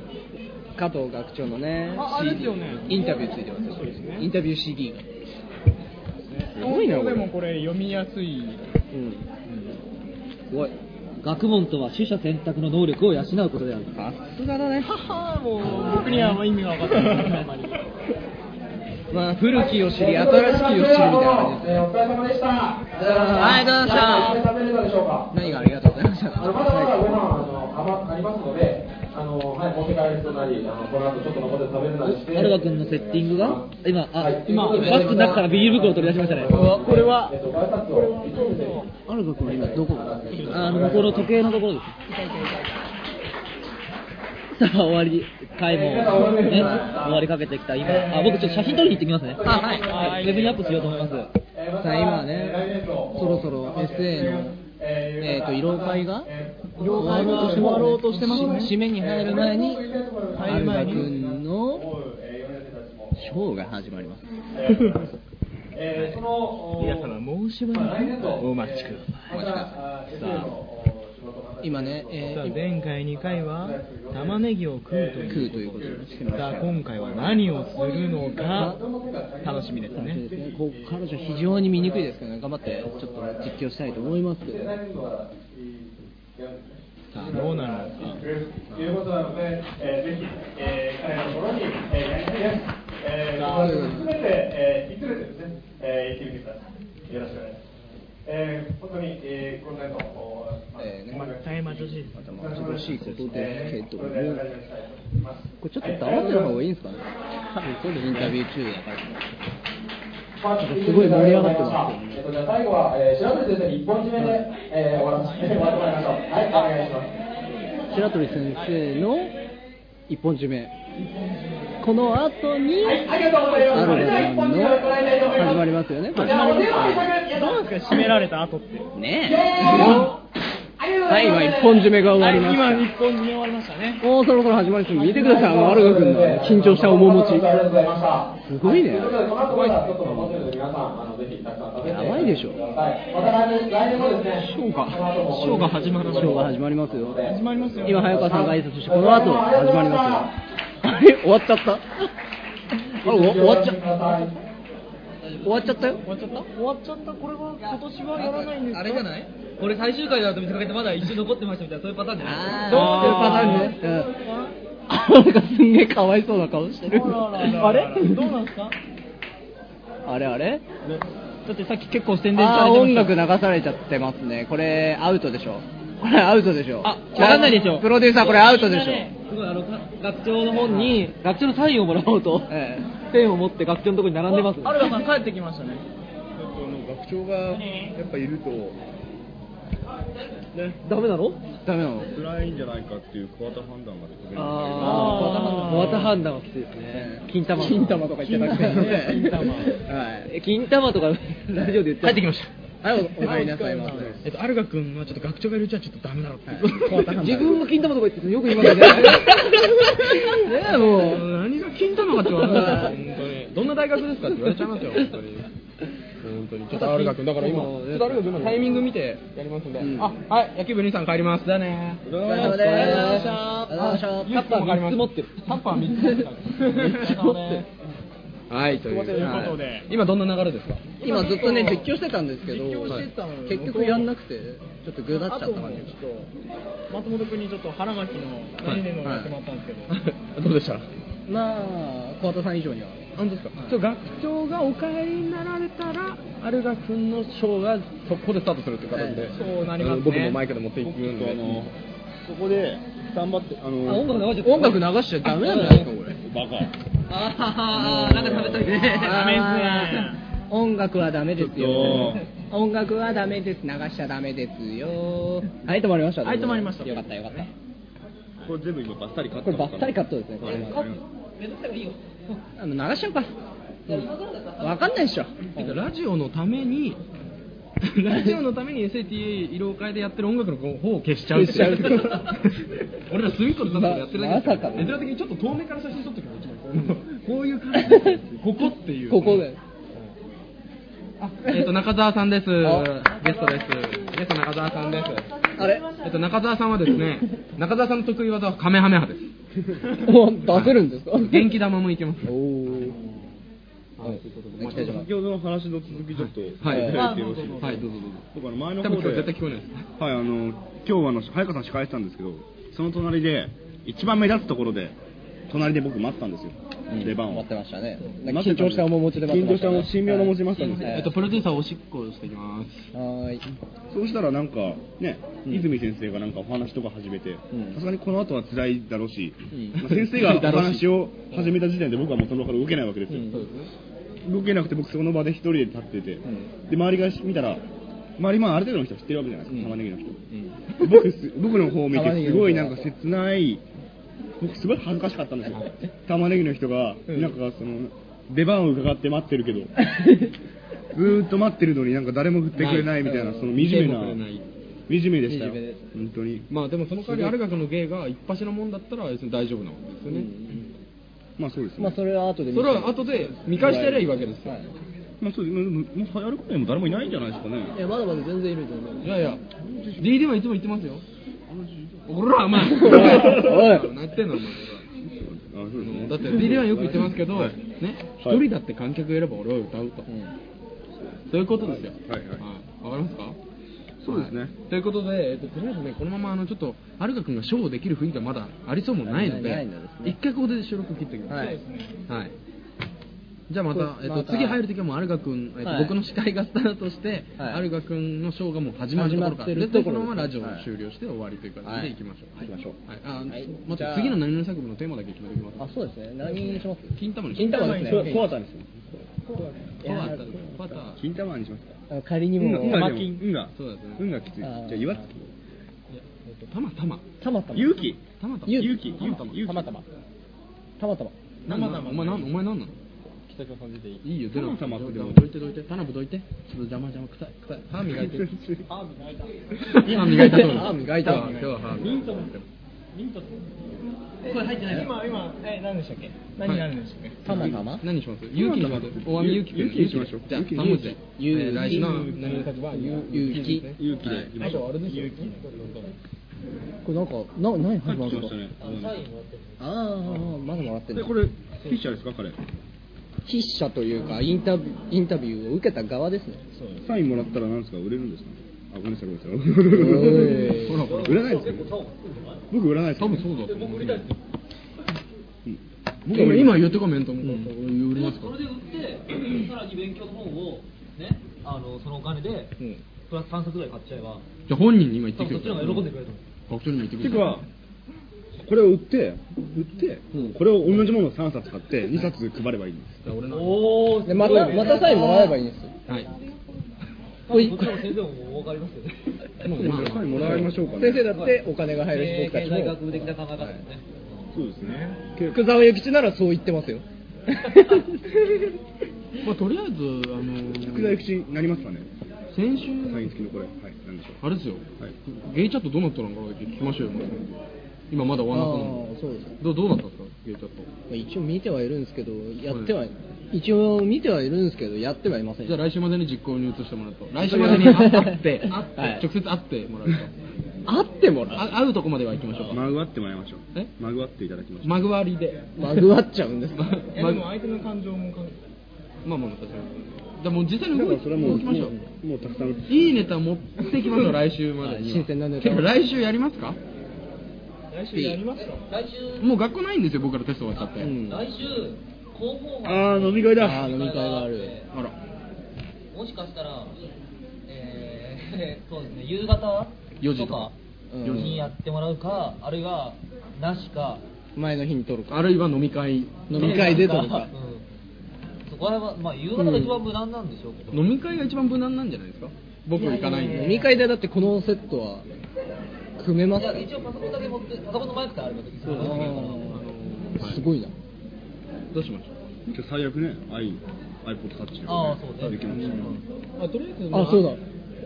[SPEAKER 2] 加藤学長のね
[SPEAKER 9] ああれですよね
[SPEAKER 2] CD インタビューついてます
[SPEAKER 9] そうですね
[SPEAKER 2] インタビュー CD が
[SPEAKER 9] す
[SPEAKER 2] ごいなこれ
[SPEAKER 9] でもこれ読みやすい。
[SPEAKER 3] すごい。学問とは取捨選択の能力を養うことである。
[SPEAKER 9] さすがだね。ははもう僕にはあんま意味が分かってないあんまり。
[SPEAKER 2] まあ古きを知り新しきを知るみたいな感じです
[SPEAKER 17] えーお疲れ様でした。
[SPEAKER 2] はいどうもでした
[SPEAKER 17] 何食べれたでしょうか。
[SPEAKER 2] 何がありがとうございました
[SPEAKER 17] あのまだまだご飯あの余ありますので、あのはい持って帰る人なり、あのこの後ちょっと残って食べるなりして。
[SPEAKER 3] アルバ君のセッティングが今、あ、
[SPEAKER 17] 今
[SPEAKER 3] バッグの中からビニール袋取り出しましたね。これは、
[SPEAKER 4] ある僕は今どこが
[SPEAKER 3] あの、向こうの時計のところです。さあ、終わり、回も、ね、終わりかけてきた今、あ、僕ちょっと写真撮りに行ってきますね。
[SPEAKER 2] あはいはい
[SPEAKER 3] ウェブにアップしようと思います。
[SPEAKER 2] さあ今ねそろそろ SA のえっ、と色会が
[SPEAKER 9] 了解が終わろうとしてますね。
[SPEAKER 2] 締めに入る前にア
[SPEAKER 9] 入る
[SPEAKER 2] ルバ
[SPEAKER 9] 前に
[SPEAKER 2] 君のショーが始まります
[SPEAKER 17] えーその
[SPEAKER 9] *laughs* 皆様
[SPEAKER 17] 申し訳
[SPEAKER 9] ないお待ちくだ
[SPEAKER 17] さい。また
[SPEAKER 9] さあ
[SPEAKER 17] SA の
[SPEAKER 2] 今ね、え
[SPEAKER 9] さあ
[SPEAKER 2] ー、
[SPEAKER 9] 前回2回は玉ねぎを食うと
[SPEAKER 2] 食うと
[SPEAKER 9] い
[SPEAKER 2] いううことにしてみ
[SPEAKER 9] さあ
[SPEAKER 2] まし
[SPEAKER 9] 今回は何をするのか楽しみですね
[SPEAKER 2] ここからじゃ非常に見にくいですけどね頑張ってちょっと実況したいと思いますけど
[SPEAKER 9] さあどうなるのか
[SPEAKER 17] ということなので、えーぜひ、えー彼のところに、えーやりたいです。えー、
[SPEAKER 2] ありがとうございます
[SPEAKER 17] すべて、えー、いつれてですね、えー、行ってみてください。よろしくお願いします。えー、本当に、えー、こんなの、お
[SPEAKER 2] えーね
[SPEAKER 9] 大麻女子
[SPEAKER 2] まあ忙しいことですけども
[SPEAKER 17] これで始めたいと思います。
[SPEAKER 2] これちょっと黙ってる方がいいんですかね多分そうですインタビュー中やからすごい盛り上がってます
[SPEAKER 17] えっと、じゃあ最後は、えー、白鳥先生に一本締めで、えー、終わらせて終わってもらいましょう。はい、お願いします。
[SPEAKER 2] 白鳥先生の一本締めこの後に
[SPEAKER 17] ありがとうございます。
[SPEAKER 2] ア
[SPEAKER 17] それ
[SPEAKER 2] ル
[SPEAKER 17] では
[SPEAKER 2] バ
[SPEAKER 17] 一
[SPEAKER 2] ム
[SPEAKER 17] 本
[SPEAKER 2] の
[SPEAKER 17] 締めを行いたいと思います。
[SPEAKER 2] 始まりますよねこれ
[SPEAKER 17] じゃあ、お手をいただき
[SPEAKER 9] どうなんですか締められた後って
[SPEAKER 2] ね
[SPEAKER 17] え
[SPEAKER 2] はい今一本締めが終わりました
[SPEAKER 9] はい今一本締め終わりましたね
[SPEAKER 2] もうそろそろ始まりです見てくださいあのアルガ君の緊張した面持ちすごいね
[SPEAKER 17] ということで、この後まだちょっと残ってるので、皆さん、あの、ぜひたくさん食べて。
[SPEAKER 2] やばいでしょ
[SPEAKER 17] はい。また来年、来年もですね。
[SPEAKER 2] ショーが
[SPEAKER 17] シ
[SPEAKER 2] ショーが始まりますよ
[SPEAKER 9] 始まります
[SPEAKER 2] *laughs*
[SPEAKER 9] よ
[SPEAKER 2] 今早川さんが挨拶してこの後始まりますよあれ終わっちゃった
[SPEAKER 3] あ終わ終
[SPEAKER 17] *laughs*
[SPEAKER 3] わっちゃ終わっちゃったよ
[SPEAKER 9] 終わっちゃった終わっちゃったこれは今年はやらないんですか
[SPEAKER 2] あれじゃないこれ最終回だと見せかけてまだ一瞬残ってましたみたいなそういうパターンじゃない
[SPEAKER 3] そういうパターンねうんなんかすんげえかわいそうな顔してる
[SPEAKER 9] あれどうなんですか
[SPEAKER 3] あれあれ
[SPEAKER 2] だってさっき結構宣伝さ
[SPEAKER 3] あ
[SPEAKER 2] れ
[SPEAKER 3] ー
[SPEAKER 2] てま
[SPEAKER 3] 音
[SPEAKER 2] した
[SPEAKER 3] 楽流されちゃってますねこれアウトでしょこれアウトでしょあ
[SPEAKER 2] わかんないでしょ
[SPEAKER 3] プロデューサーこれアウトでしょ
[SPEAKER 2] すごいあのか学長の本に学長のサインをもらおうと、ペンを持って学長のところに並んでます
[SPEAKER 9] あるがさん帰ってきましたね
[SPEAKER 4] 学長がやっぱいると、ね、
[SPEAKER 2] ダメなの
[SPEAKER 3] ダメなの
[SPEAKER 4] 辛いんじゃないかっていう小型判断が特に
[SPEAKER 2] あー、ワタハンダはきついですね。金玉。金玉とか言って *laughs* たくて。金玉。はい。金玉とか、ラジオで言って帰ってきました。はい、お
[SPEAKER 3] 帰りなさいませ
[SPEAKER 2] えっと、アルガ君はちょっと学長がいるうちはちょっとダメだろって。 *laughs*
[SPEAKER 3] 自分も金玉とか言っててよく言いま
[SPEAKER 2] ますす
[SPEAKER 3] ね
[SPEAKER 2] ね
[SPEAKER 3] ねえもう
[SPEAKER 2] 何が金玉かって言われたんですよ本当に。どんな大学ですかって言われちゃいますよ、本当に。本当に。ちょっとアルガ君、だから今、ちょっとアルガ君、今タイミング見てやりますんで。あ、はい、野球部兄さん帰ります。だね。お疲
[SPEAKER 3] れ様ですありがとうござい
[SPEAKER 2] タッパー3
[SPEAKER 3] ました
[SPEAKER 2] つ持ってる。タッパー3つ持ってる。
[SPEAKER 3] はいという
[SPEAKER 2] ということで
[SPEAKER 3] はい今どんな流れですか今ずっとね実況してたんですけど
[SPEAKER 9] 実況してたのよ
[SPEAKER 3] はい結局やんなくてちょっとぐだっちゃった感じ
[SPEAKER 9] あともうちょっと松本君にちょっと腹巻きの何年のをやってもらったんですけど、
[SPEAKER 3] どうでしたまあ桑田さん以上には本当ですか
[SPEAKER 2] そう学長がお帰りになられたら、アルガ君のショーがそこでスタートするという
[SPEAKER 3] 形で
[SPEAKER 2] そうなりますね。
[SPEAKER 3] 僕もマイクで持っていくんで
[SPEAKER 4] そこで頑張ってあの
[SPEAKER 2] あ音楽流しちゃ
[SPEAKER 3] 音楽流しちゃダメなんじゃないですかこれ
[SPEAKER 4] バカ
[SPEAKER 2] あははは、なんか食べたい
[SPEAKER 3] *laughs*
[SPEAKER 2] ね。
[SPEAKER 3] ダメですね音楽はダメですよ音楽はダメです流しちゃダメですよはい止まりました
[SPEAKER 9] はい止まりました
[SPEAKER 3] よかったよかった
[SPEAKER 4] これ全部今バッサリカッ
[SPEAKER 3] こ
[SPEAKER 4] ト
[SPEAKER 3] ればったりカットですねこれ
[SPEAKER 2] めんどくさいがいいよ。
[SPEAKER 3] あの流しちゃおうかわかんないでしょ
[SPEAKER 2] てかラジオのため
[SPEAKER 3] *laughs*
[SPEAKER 2] にラジオのために SATA 色変えでやってる音楽の方を消しちゃうっていう
[SPEAKER 3] 消し
[SPEAKER 2] 俺ら隅っこでだったらやってるだけ
[SPEAKER 3] ままさかの
[SPEAKER 2] 絵面的にちょっと遠目から写真撮ってくるこういう感じですここっていう
[SPEAKER 3] ここで
[SPEAKER 2] えっと中澤さんですゲストですゲスト中澤さんです
[SPEAKER 3] あれ
[SPEAKER 2] えっと中澤さんはですね中澤さんの得意技はカメハメハです
[SPEAKER 3] 出せるんですか
[SPEAKER 2] 元気玉もいけます
[SPEAKER 3] おお
[SPEAKER 4] まあ、先ほどの話の続きちょっと、
[SPEAKER 2] はい
[SPEAKER 4] いただいてよろしいですか
[SPEAKER 2] はいどうぞどうぞ
[SPEAKER 4] 僕あの前の
[SPEAKER 2] 多分
[SPEAKER 4] 方
[SPEAKER 2] 今
[SPEAKER 4] で
[SPEAKER 2] 日絶対聞こえない
[SPEAKER 4] はいあの今日はあの早川さん司会してたんですけどその隣で一番目立つところで隣で僕待ってたんですよ、出番を待って
[SPEAKER 3] ましたね緊張した面持ちで待っ
[SPEAKER 4] 緊
[SPEAKER 3] てま
[SPEAKER 4] 張し
[SPEAKER 3] し
[SPEAKER 4] たた
[SPEAKER 3] ね
[SPEAKER 4] 面神妙な面持ちで待ってたんですよ、
[SPEAKER 2] えっとプロデューサーおしっこしてきます
[SPEAKER 3] はい
[SPEAKER 4] そうしたらなんかね、泉先生がなんかお話とか始めてさすがにこの後は辛いだろうし、まあ先
[SPEAKER 3] *laughs*
[SPEAKER 4] 生がお話を始めた時点で僕はもうその場から動けないわけですよ、動けなくて僕その場で一人で立ってて、で周りが見たら周りまあある程度の人は知ってるわけじゃないですか、玉ねぎの人、僕す僕の方を見てすごいなんか切ない僕すごい恥ずかしかったんですよ
[SPEAKER 3] *laughs*
[SPEAKER 4] 玉ねぎの人がなんかその出番を伺って待ってる
[SPEAKER 3] *laughs*
[SPEAKER 4] けどずーっと待ってるのになんか誰も振ってくれないみたいなその惨めな惨めでしたよ
[SPEAKER 2] 惨めです
[SPEAKER 4] 本当に
[SPEAKER 2] まあでもその代わりアルガ君の芸が一発のもんだったら別に大丈夫なわけですよね、
[SPEAKER 4] まあそうです
[SPEAKER 3] まあそれは後で
[SPEAKER 2] それは後で見返してやればいいわけですよ、
[SPEAKER 4] まあそうですもうもうやることにも誰もいないんじゃないですかね
[SPEAKER 3] いやまだまだ全然いると思う
[SPEAKER 2] いやいや DD はいつも言ってますよおらお前
[SPEAKER 3] おいお
[SPEAKER 2] 何
[SPEAKER 3] い
[SPEAKER 2] 言ってんのお前
[SPEAKER 4] あそうですね
[SPEAKER 2] だって DD はよく言ってますけど、
[SPEAKER 4] はい
[SPEAKER 2] ね一、人だって観客がいれば俺は歌うと、そういうことですよ
[SPEAKER 4] はいはい
[SPEAKER 2] わかりますか
[SPEAKER 4] そうですね
[SPEAKER 2] はいということで、えっと、とりあえずね、このままあのちょっと、はるか君がショーをできる雰囲気がまだありそうもないので、
[SPEAKER 3] ないないないですね
[SPEAKER 2] 一回ここで収録切ってください。
[SPEAKER 3] はい
[SPEAKER 2] はいじゃあま
[SPEAKER 3] そう
[SPEAKER 2] た、えっ
[SPEAKER 3] ま
[SPEAKER 2] と、
[SPEAKER 3] た
[SPEAKER 2] 次入るときはもうアルガ君、えっと
[SPEAKER 3] はい
[SPEAKER 2] 僕の司会がスタートして、
[SPEAKER 3] はい
[SPEAKER 2] アルガ君のショーがもう始まるところから、
[SPEAKER 3] 始まってる
[SPEAKER 2] で
[SPEAKER 3] とこ
[SPEAKER 2] その
[SPEAKER 3] ろです
[SPEAKER 2] ままラジオを
[SPEAKER 3] はい
[SPEAKER 2] 終了して終わりという感じでいきましょう。
[SPEAKER 3] はい行きましょう
[SPEAKER 2] はい、あ、
[SPEAKER 3] はい
[SPEAKER 2] もっ
[SPEAKER 3] じゃ
[SPEAKER 2] と
[SPEAKER 3] あ
[SPEAKER 2] 次の何々作文のテーマだけ決めておきます。
[SPEAKER 3] あそうですね何にします
[SPEAKER 2] 金玉に
[SPEAKER 3] 金玉ですね
[SPEAKER 4] コアタですね
[SPEAKER 2] コアタコアタ
[SPEAKER 4] 金玉にしました
[SPEAKER 3] あの仮にも
[SPEAKER 4] うん
[SPEAKER 3] 玉
[SPEAKER 4] うん
[SPEAKER 3] 金
[SPEAKER 4] うんが
[SPEAKER 2] そうですね
[SPEAKER 4] うんがきついじ
[SPEAKER 3] あ
[SPEAKER 4] ゃ
[SPEAKER 3] ー
[SPEAKER 4] あ岩月
[SPEAKER 2] たまたま。
[SPEAKER 3] たまたま
[SPEAKER 4] 勇気
[SPEAKER 2] たまたま。
[SPEAKER 4] 勇気
[SPEAKER 2] たまたま。
[SPEAKER 3] たまたまたまたま
[SPEAKER 2] なんなんお前なんお前なんなの
[SPEAKER 9] 北島さん出ていい
[SPEAKER 2] いいよ、出なくて
[SPEAKER 4] たまたまってでも
[SPEAKER 2] どいてどいて、タナブどいて。ちょっと邪魔邪魔、臭い、臭い。歯
[SPEAKER 4] *laughs*
[SPEAKER 2] 磨いて。
[SPEAKER 9] あ磨いた
[SPEAKER 2] *laughs* 歯磨いたそうです今
[SPEAKER 3] 歯磨いた
[SPEAKER 2] 日は歯
[SPEAKER 9] ミ
[SPEAKER 2] 磨い
[SPEAKER 9] ントミント
[SPEAKER 2] これ入ってない
[SPEAKER 9] 今今え何でしたっけ
[SPEAKER 2] た。
[SPEAKER 9] 何になるんでしたっけ、
[SPEAKER 3] たまたま
[SPEAKER 2] 何にします勇気にしますおわみ勇気
[SPEAKER 4] 勇気にしましょう
[SPEAKER 2] じゃあ、
[SPEAKER 4] 勇気
[SPEAKER 2] 三文字で。
[SPEAKER 3] 勇気
[SPEAKER 2] えー来週の何々作文は勇気ですね。
[SPEAKER 4] 勇気で
[SPEAKER 2] は
[SPEAKER 4] いきま
[SPEAKER 2] いあ
[SPEAKER 4] しょう
[SPEAKER 2] とあれですよ。
[SPEAKER 3] これなんかな何始まる
[SPEAKER 4] 来
[SPEAKER 3] の
[SPEAKER 4] ましたね
[SPEAKER 3] ああまだもらって
[SPEAKER 4] で
[SPEAKER 3] る
[SPEAKER 4] これフィッシャーですか彼
[SPEAKER 2] 筆者というかインタビューインタビューを受けた側ですね
[SPEAKER 4] サインもらったらなんですか売れるんですかあ、ごめんなさい、ごめんなさい。ほらほら、売らないですよね。僕売らないですよね。多分そうだと思う。
[SPEAKER 9] 僕は今言ってこめんと思う。売りますか
[SPEAKER 3] それで売って、さらに勉強の本を、ね、あのそのお金で、プラス3冊ぐらい買っちゃえば、
[SPEAKER 9] じゃあ本人に今言って
[SPEAKER 3] 多
[SPEAKER 9] きて
[SPEAKER 3] 分そっちの方が喜んでくれると思う。
[SPEAKER 9] 学長にも言ってく
[SPEAKER 4] て
[SPEAKER 9] れ
[SPEAKER 4] いうか、これを売って、売って、これを同じものを3冊買って、2冊配ればいいんです。
[SPEAKER 9] 俺の
[SPEAKER 3] お
[SPEAKER 2] でまたまたサインもらえばいいんですよ
[SPEAKER 9] はい。
[SPEAKER 3] 多分こっちの方が先生もわかりますよね。
[SPEAKER 4] もう、まあ、もらいましょうかね。
[SPEAKER 2] 先生だってお金が入るし
[SPEAKER 3] 経
[SPEAKER 2] 僕たち
[SPEAKER 3] 済
[SPEAKER 2] も
[SPEAKER 3] 学部的な考え方ですね。
[SPEAKER 4] そうですね。
[SPEAKER 2] 福沢諭吉ならそう言ってますよ
[SPEAKER 9] まあとりあえずあのー
[SPEAKER 4] 副大口になりますかね。
[SPEAKER 9] 先週
[SPEAKER 4] サイン付きのこれ。はい、なんでしょう。
[SPEAKER 9] あれですよ、
[SPEAKER 4] はい
[SPEAKER 9] ゲイチャットどうなったのか聞きましょうよ、まず今 *laughs* まだ終わんなか
[SPEAKER 2] あーそうです
[SPEAKER 9] ったのどうどうなったんですか、ゲイチャット。
[SPEAKER 2] まあ一応見てはいるんですけどやっては、一応見てはいるんですけどやってはいません
[SPEAKER 9] じゃあ来週までに実行に移してもらうと、来週ま
[SPEAKER 2] *laughs*
[SPEAKER 9] でに会って、会って
[SPEAKER 2] はい
[SPEAKER 9] 直接会ってもらうと、
[SPEAKER 2] 会ってもらう
[SPEAKER 9] あ会うとこまでは行きましょうか、
[SPEAKER 4] まぐわってもらいましょう。
[SPEAKER 9] え
[SPEAKER 4] まぐわっていただきましょう。
[SPEAKER 9] まぐわりで、
[SPEAKER 2] まぐわっちゃうんですか
[SPEAKER 18] いやでも相手の感情も考え
[SPEAKER 9] まあまあ、確かに。じゃあもう実際に動
[SPEAKER 4] だからそれはもう
[SPEAKER 9] きましょう。
[SPEAKER 4] もうたくさん。
[SPEAKER 9] いいネタ持ってきま
[SPEAKER 2] *laughs*
[SPEAKER 9] しょう、来週までには。
[SPEAKER 2] 新鮮なネタを
[SPEAKER 9] てか来週やりますか
[SPEAKER 18] 来週やりますか
[SPEAKER 3] 来週、
[SPEAKER 9] もう学校ないんですよ、僕らテスト終わっちゃって。
[SPEAKER 3] 来週、広報
[SPEAKER 4] あー、飲み会だ。
[SPEAKER 2] あー飲み会がある
[SPEAKER 9] あら。
[SPEAKER 3] もしかしたら、えー *laughs* そうですね、夕方
[SPEAKER 9] 4時
[SPEAKER 3] と
[SPEAKER 9] とか
[SPEAKER 3] か
[SPEAKER 9] 4時
[SPEAKER 3] にやってもらうか、あるいは、なしか、
[SPEAKER 2] 前の日に撮るか
[SPEAKER 9] あるいは飲み会。
[SPEAKER 2] 飲み会
[SPEAKER 3] *laughs*
[SPEAKER 2] で撮るか
[SPEAKER 3] うんそこら辺は、まあ、夕方が一番無難なんでしょうけど、
[SPEAKER 9] 飲み会が一番無難なんじゃないですか僕行かないんで。
[SPEAKER 2] 飲み会でだってこのセットは組めます
[SPEAKER 3] いや一応パソコンだけ持って、パソコンのマイクさえあればできるから、
[SPEAKER 2] すごいな
[SPEAKER 9] どうしましょ
[SPEAKER 4] 今日最悪ね、i iPod Touch
[SPEAKER 3] あ
[SPEAKER 4] を
[SPEAKER 3] あそうね
[SPEAKER 4] できましたね。
[SPEAKER 18] あとりあえず
[SPEAKER 2] あそうだ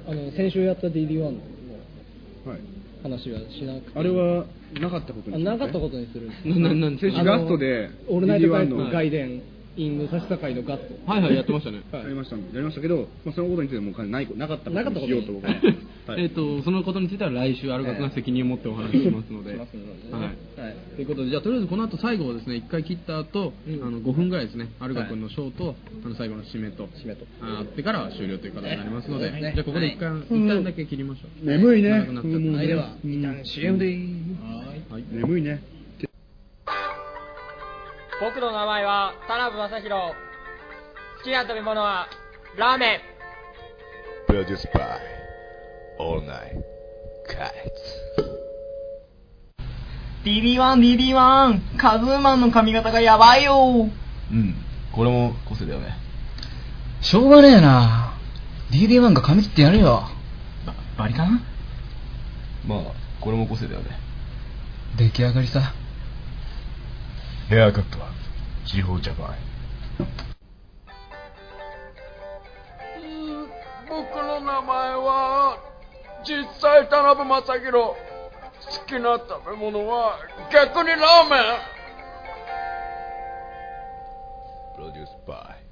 [SPEAKER 2] あの先週やった DD1 の
[SPEAKER 4] はい。
[SPEAKER 2] 話はしなくて
[SPEAKER 4] あれはなかったこと
[SPEAKER 2] あ
[SPEAKER 4] に。
[SPEAKER 2] なかったことにする
[SPEAKER 9] う。な、な、なん
[SPEAKER 4] 先週ガストで
[SPEAKER 2] あのオールナイトバイ
[SPEAKER 4] DD1
[SPEAKER 2] の
[SPEAKER 4] の
[SPEAKER 2] 外伝イング差し境のガット
[SPEAKER 9] はいはい、やってましたね。
[SPEAKER 4] やりましたねやりましたけど、まあ、そのことについてはもう完全にないなかった
[SPEAKER 2] なかった
[SPEAKER 4] こ
[SPEAKER 2] こ
[SPEAKER 4] とに
[SPEAKER 2] と
[SPEAKER 4] し
[SPEAKER 2] に
[SPEAKER 4] ようと僕は。
[SPEAKER 9] えっと、そのことについては来週、アルガスが責任を持ってお話ししますので。はい。ということで、じゃあ、とりあえずこの後最後をですね、一回切った後、あの5分ぐらいですね、アルガ君のショーと、あの最後の締めと、あってから終了という形になりますので、
[SPEAKER 2] はい
[SPEAKER 9] じゃあ、ここで一
[SPEAKER 2] は
[SPEAKER 9] 回
[SPEAKER 2] い、
[SPEAKER 9] 一旦だけ切りましょう。
[SPEAKER 4] 眠いね。
[SPEAKER 9] 長くなっちゃった
[SPEAKER 4] うん
[SPEAKER 9] はいでは
[SPEAKER 4] うん
[SPEAKER 2] CM で
[SPEAKER 9] はい。
[SPEAKER 4] 眠いね。
[SPEAKER 19] 僕の名前は田辺正宏好きな食べ物はラーメン
[SPEAKER 13] プロデュースバイ、オールナイト、カイツ。
[SPEAKER 18] DD1DD1 カズーマンの髪型がやばいよ
[SPEAKER 20] うん、これも個性だよね。
[SPEAKER 21] しょうがねえな DD1 が髪切ってやるよバリカン
[SPEAKER 20] まあ、これも個性だよね。
[SPEAKER 21] 出来上がりさ
[SPEAKER 13] ヘアカットは、地方ジャパン。
[SPEAKER 22] 僕の名前は実際田辺正宏好きな食べ物は逆にラーメ
[SPEAKER 13] プロデュースバイ、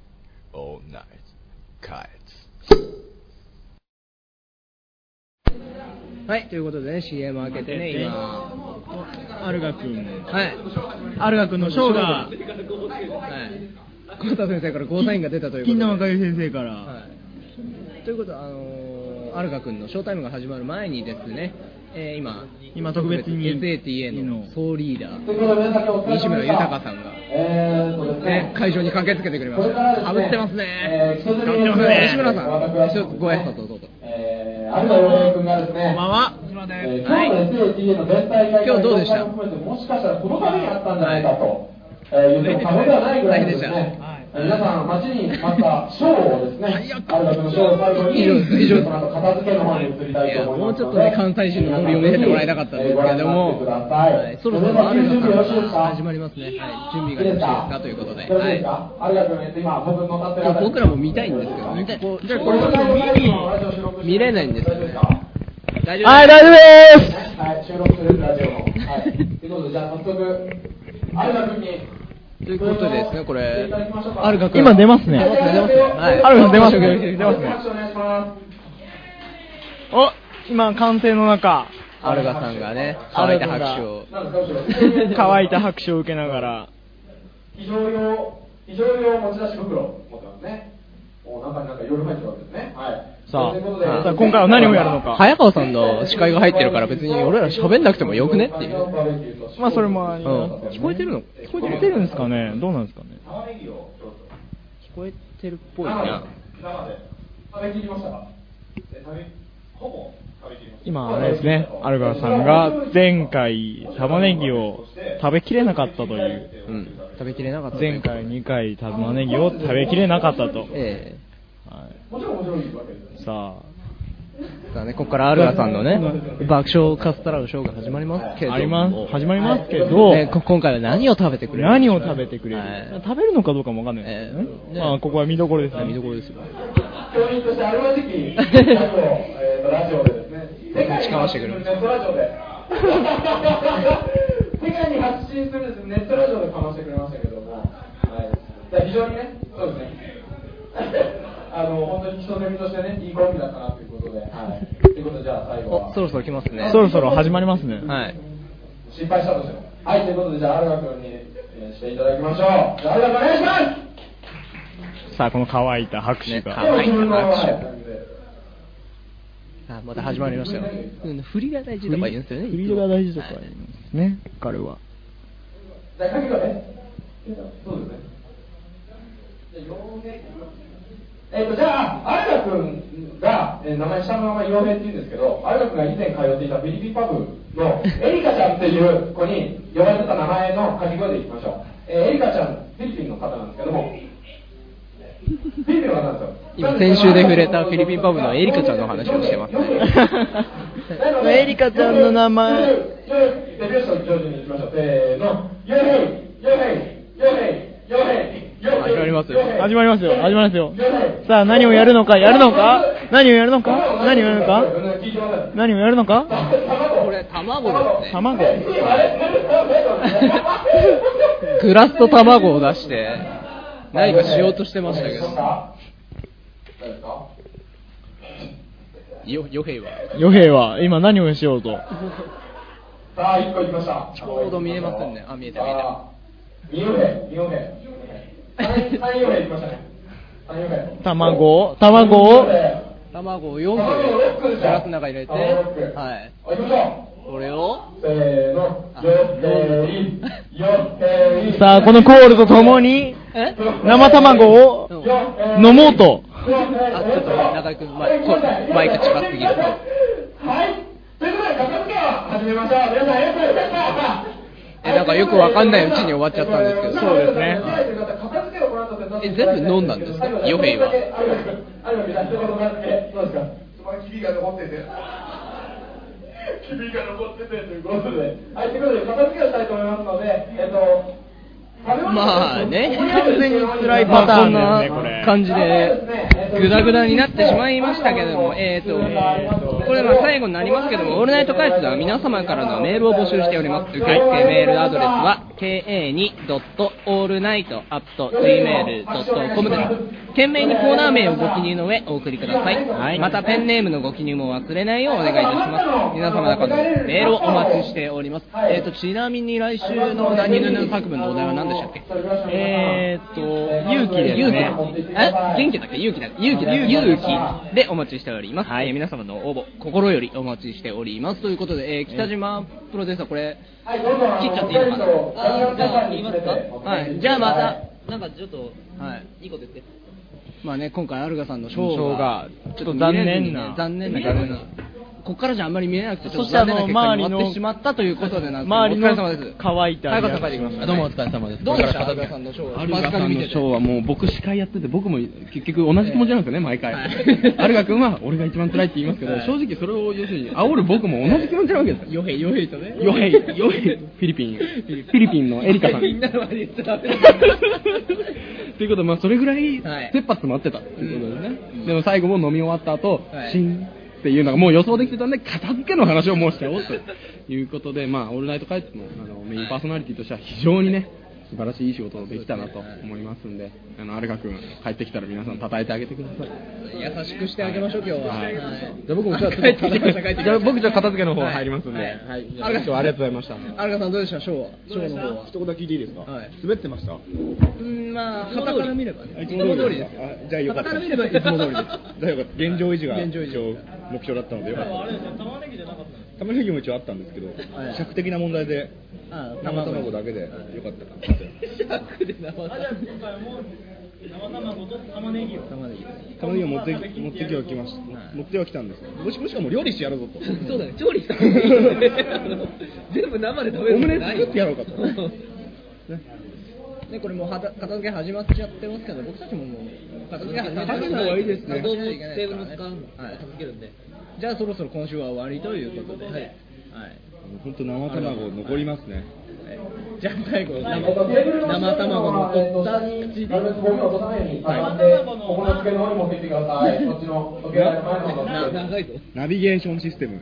[SPEAKER 13] オールナイト、カイツ。
[SPEAKER 2] はいということでね CM 開けてね今
[SPEAKER 18] アルガ君
[SPEAKER 2] はい
[SPEAKER 18] アルガ君のショーが
[SPEAKER 2] コウタ先生からゴーサインが出たということ
[SPEAKER 18] 金
[SPEAKER 2] で
[SPEAKER 18] 田若い先生から、
[SPEAKER 2] ということで、あのー、アルカ君のショータイムが始まる前にですね、えー今、
[SPEAKER 18] 今特別に
[SPEAKER 2] SATA の総リーダ
[SPEAKER 18] ということで皆さん今日お疲
[SPEAKER 2] ー、
[SPEAKER 18] れ様で
[SPEAKER 2] 西
[SPEAKER 18] した
[SPEAKER 2] 村豊さんが、ね、会場に駆けつけてくれました。かぶってますね。かぶってますね。西村さん、一つご挨拶をどうぞ。
[SPEAKER 17] あるがよう君がですね、こんばんは、
[SPEAKER 2] はい
[SPEAKER 17] 今日の SATA の全体会
[SPEAKER 2] 今日どうでした
[SPEAKER 17] もしかしたらこのためにあったんじゃないかと、えー、言っても過言ではないぐらいですね、えー皆さん、待ちに待ったショーをですね、あるが君のショーを最後に、以上、片付けの方に移りたいと思います。もうちょっとね、
[SPEAKER 2] 関西人のノリを見せてもらいたかったんですけれども、はい、そろそろアルカさんが始まりますね。はい、準備がよろしいですかということで。はい
[SPEAKER 17] あるが君です、今、僕の立ってる辺り
[SPEAKER 2] 僕らも見たいんですけどね、こここれ見れないんですよね。大
[SPEAKER 17] はい大丈夫です
[SPEAKER 2] はい、収
[SPEAKER 17] 録するラジオの。はい。ということで、じゃあ早速、あるが君に、
[SPEAKER 2] ということでですね、これ、
[SPEAKER 18] アルガ君今出ますね
[SPEAKER 2] 出ますね、出ますね。はい。
[SPEAKER 18] アルガ出ますね出ますね
[SPEAKER 17] お願いします。
[SPEAKER 18] お今歓声の中
[SPEAKER 2] アルガさんがね、乾いた拍手を。
[SPEAKER 18] 乾いた拍手を受けながら
[SPEAKER 17] 非常用非常用持ち出し袋持ってますね。おなんかなんか夜前ってわけですね。はい。
[SPEAKER 3] さ
[SPEAKER 17] ということで
[SPEAKER 3] あ、
[SPEAKER 4] さあ今回は何をやるのか
[SPEAKER 3] 早川さんの司会が入ってるから別に俺ら喋んなくてもよくねっていう。
[SPEAKER 4] まあそれもあります
[SPEAKER 3] うん聞こえてるの
[SPEAKER 4] 聞こえてるんですかねどうなんですかね
[SPEAKER 17] 玉ねぎをちょっ
[SPEAKER 3] 聞
[SPEAKER 17] と。
[SPEAKER 3] こえてるっぽいな。
[SPEAKER 17] 生で食べきりましたか。え食べほぼ食べきりました。
[SPEAKER 4] 今あれですねアルガーさんが前回玉ねぎを食べきれなかったという、
[SPEAKER 3] 食べきれなかった
[SPEAKER 4] 前回2回玉ねぎを食べきれなかったと、
[SPEAKER 3] え
[SPEAKER 17] もちろん面白いわけです。
[SPEAKER 4] さあ
[SPEAKER 3] さあね、ここからアルガさんのね、爆笑カスタラのショーが始まりますけれども。
[SPEAKER 4] あります始まりますけど
[SPEAKER 3] ねこ今回は何を食べてくれる
[SPEAKER 4] 何を食べてくれる、
[SPEAKER 3] はい
[SPEAKER 4] 食べるのかどうかもわかんないですけどね、まあここは見どころですね見
[SPEAKER 3] どころですよ
[SPEAKER 17] 教員としてあるまじき、あと、えーと、ラジオでですね、世界に
[SPEAKER 3] 力を合わ
[SPEAKER 17] 発
[SPEAKER 3] せて
[SPEAKER 17] 信
[SPEAKER 3] く
[SPEAKER 17] す
[SPEAKER 3] れ
[SPEAKER 17] る
[SPEAKER 3] る
[SPEAKER 17] ネットラジオで、世界に発信するネットラジオでかましてくれましたけども、はい、だから非常にね、そうですね、あの本当に人攻めとしてね、いいコンビだったなということで、はい、ということで、じゃあ最後は
[SPEAKER 3] お、そろそろ来ますね。
[SPEAKER 4] そろそろ始まりますね
[SPEAKER 3] はい。
[SPEAKER 17] 失敗したとしても、はい、ということで、じゃあ、アルガ君に、えーしていただきましょう。じゃあ、アルガ君、お願いします
[SPEAKER 4] さあこの乾いた拍手が、
[SPEAKER 17] はい、
[SPEAKER 3] あまた始まりましたよ。うん振りが大事とか言うんですよね。
[SPEAKER 4] 振りが大事とか言いますね彼は
[SPEAKER 17] じゃあ、鍵をね、そうですね。えっと、じゃあ、有田君が、えー名前下の名前、洋平って言うんですけど、有田君が以前通っていたビリビリパブの、エリカちゃんっていう子に呼ばれてた名前の掛け声でいきましょう。えーエリカちゃん、フィリピンの方なんですけども、フィリピンの方なんですよ。
[SPEAKER 3] 今、先週で触れたフィリピンパブのエリカちゃんの話をしてますね。
[SPEAKER 4] エリカちゃんの名前
[SPEAKER 17] 手拍子を徐々にいきましょう。せーの、洋平、洋平、洋平、洋平、
[SPEAKER 4] 始まりますよ
[SPEAKER 17] 始
[SPEAKER 4] まりますよ始まりますよさあ何をやるのかやるのか何をやるのか何をやるのか何をやるのか
[SPEAKER 3] これ、卵ですね。
[SPEAKER 4] 卵
[SPEAKER 3] グラスと卵を出して、何かしようとしてましたけど。よ、よへいは。
[SPEAKER 4] 与平は今何をしようと
[SPEAKER 17] さあ、一個いきました。
[SPEAKER 3] ちょうど見えますね。あ、見えた見えた。
[SPEAKER 17] 二洋平、二洋平。三三洋平いきましたね。三洋平。
[SPEAKER 4] 卵を卵を
[SPEAKER 3] 卵を4個入れて、グラスの中に入れて、はい。
[SPEAKER 17] 行きましょ
[SPEAKER 3] これを、
[SPEAKER 17] う。せーの、洋平、洋平。
[SPEAKER 4] さあこのコールとともに
[SPEAKER 3] え
[SPEAKER 4] 生卵を飲もうと
[SPEAKER 17] あ、ちょっと
[SPEAKER 3] 中居君、マイク、こマイク近すぎる。
[SPEAKER 17] はい。ということで、片付けを始めましょう。皆さん、ありがとうございました。
[SPEAKER 3] え、なんかよくわかんないうちに終わっちゃったんですけど。
[SPEAKER 4] そうですね
[SPEAKER 3] え、全部飲んだんですかヨヘイは。
[SPEAKER 17] あるわけだ。一言だけ。どうですか。そこに君が残ってて。君が残っててということで。はい、ということで片付けをしたいと思いますので、えっと。
[SPEAKER 3] まあね、
[SPEAKER 17] 完全に辛
[SPEAKER 3] いパターンだ
[SPEAKER 4] よねこれ
[SPEAKER 3] な感じで、グダグダになってしまいましたけれども、えーと、これは最後になりますけども、オールナイト開発では皆様からのメールを募集しております。受付メールアドレスは、ka2.allnight.gmail.com です。懸命にコーナー名をご記入の上、お送りください。また、ペンネームのご記入も忘れないようお願いいたします。皆様からのメールをお待ちしております。えーと、ちなみに来週の何々の作文のお題は何でしたっけ
[SPEAKER 4] えーっと勇気ですね
[SPEAKER 3] 勇気え元気だっけ勇気だっけ勇気だ勇気でお待ちしております、えー皆様の応募心よりお待ちしておりますということで、えー北島プロデューサーこれ
[SPEAKER 17] はい、どうぞ。
[SPEAKER 3] 切っちゃっていいのかな
[SPEAKER 17] あの
[SPEAKER 23] じゃあ言いますか
[SPEAKER 3] はいじゃあまた
[SPEAKER 23] なんかちょっと、
[SPEAKER 3] はい、
[SPEAKER 23] いいこと言って。
[SPEAKER 3] まあね今回アルガさんのショーが
[SPEAKER 4] ショーがちょっと残念な
[SPEAKER 3] 残念な結果にここからじゃあんまり見えなくてち
[SPEAKER 4] そ
[SPEAKER 3] ょっ
[SPEAKER 4] し
[SPEAKER 3] と
[SPEAKER 4] てあの
[SPEAKER 3] 残念な結
[SPEAKER 4] 周り
[SPEAKER 3] 果に終
[SPEAKER 4] の
[SPEAKER 3] わってしまったということでなん
[SPEAKER 4] 周りの
[SPEAKER 3] お疲れ様です
[SPEAKER 4] 乾いた
[SPEAKER 3] 早川さん帰ってきました
[SPEAKER 4] どうも
[SPEAKER 2] お疲れ様です
[SPEAKER 3] どうでしたアルガさんのショー
[SPEAKER 2] アルガさんのショーはもう僕司会やってて僕も結局同じ気持ちなんですよね毎回
[SPEAKER 3] はい
[SPEAKER 2] アルガ君は俺が一番辛いって言いますけど
[SPEAKER 3] はい
[SPEAKER 2] 正直それを要するに煽る僕も同じ気持ちなわけです
[SPEAKER 3] ヨヘイヨヘイとね
[SPEAKER 2] ヨヘイヨヘイフィリピンフィリピンのエリカさん
[SPEAKER 3] みんなの前で言っちゃダメだ
[SPEAKER 2] ということで、まあ、それぐらい
[SPEAKER 3] はい
[SPEAKER 2] 切羽詰まってたということですね、でも最後も飲み終わった後、
[SPEAKER 3] はい
[SPEAKER 2] シンっていうのがもう予想できてたんで片付けの話をもうしちゃおうということで、まあ、オールナイトカイツのあのメインパーソナリティとしては非常にね
[SPEAKER 24] 素晴らしいいい仕事をできたなと思いますんで、あの、アルカ君、帰ってきたら皆さん叩いてあげてください。
[SPEAKER 2] 優しくしてあげましょう、今日は。
[SPEAKER 24] はい
[SPEAKER 2] はい
[SPEAKER 24] じゃあ僕もじゃあ、
[SPEAKER 2] 帰ってきてください帰ってきてください
[SPEAKER 24] じゃあ僕じゃあ片付けの方入りますんで、
[SPEAKER 2] は
[SPEAKER 24] はいい。
[SPEAKER 2] はい
[SPEAKER 24] じゃあ今日はありがとうございました。
[SPEAKER 2] アルカさんどうでしたショーはショーの方は
[SPEAKER 4] 一言聞いていいですか、滑ってましたい
[SPEAKER 2] うんまあ旗から見ればねいつ
[SPEAKER 4] つ
[SPEAKER 2] も
[SPEAKER 4] も
[SPEAKER 2] 通
[SPEAKER 4] 通
[SPEAKER 2] り
[SPEAKER 4] り
[SPEAKER 2] で
[SPEAKER 4] ですす
[SPEAKER 2] よ
[SPEAKER 4] かあじゃあよかった
[SPEAKER 2] 旗から
[SPEAKER 4] です
[SPEAKER 2] 見ればいつも通りです
[SPEAKER 4] *laughs* じゃあよかった現状維持が
[SPEAKER 2] 現状維
[SPEAKER 4] 一応目標だったのでよかったです
[SPEAKER 2] 玉ねぎじゃなかったの
[SPEAKER 4] 玉ねぎも一応あったんですけど、尺的な問題で
[SPEAKER 2] あ
[SPEAKER 4] 生卵だけでよかったかな
[SPEAKER 2] 尺で生卵あじゃあ今回も生卵と玉ねぎを玉ねぎ
[SPEAKER 4] 玉ねぎを持って持ってきは来ました持っては来たんですもしもしかもう料理してやるぞと
[SPEAKER 2] そうだね調理した全部生で食べる
[SPEAKER 4] オムレ
[SPEAKER 2] のない
[SPEAKER 4] ツ作ってやろうかと
[SPEAKER 2] *laughs* ね、これもうはた片付け始まっちゃってますけど、僕たちももう片付け始め
[SPEAKER 4] 片付けた方がいいですね
[SPEAKER 2] 片付けなきゃいけないですからね
[SPEAKER 3] テーブルも使うもん
[SPEAKER 2] はい
[SPEAKER 3] 片付けるんで
[SPEAKER 2] じゃあそろそろ今週は終わりということで、はい。はい。
[SPEAKER 4] 本当生卵残りますね
[SPEAKER 2] じゃあ最後生生卵の取った口
[SPEAKER 17] なるべくゴミを落とさないように、畳んで、ここの机の方に持っていってください。そっちの時計台の前の方に持って
[SPEAKER 2] 長いぞ。
[SPEAKER 4] ナビゲーションシステム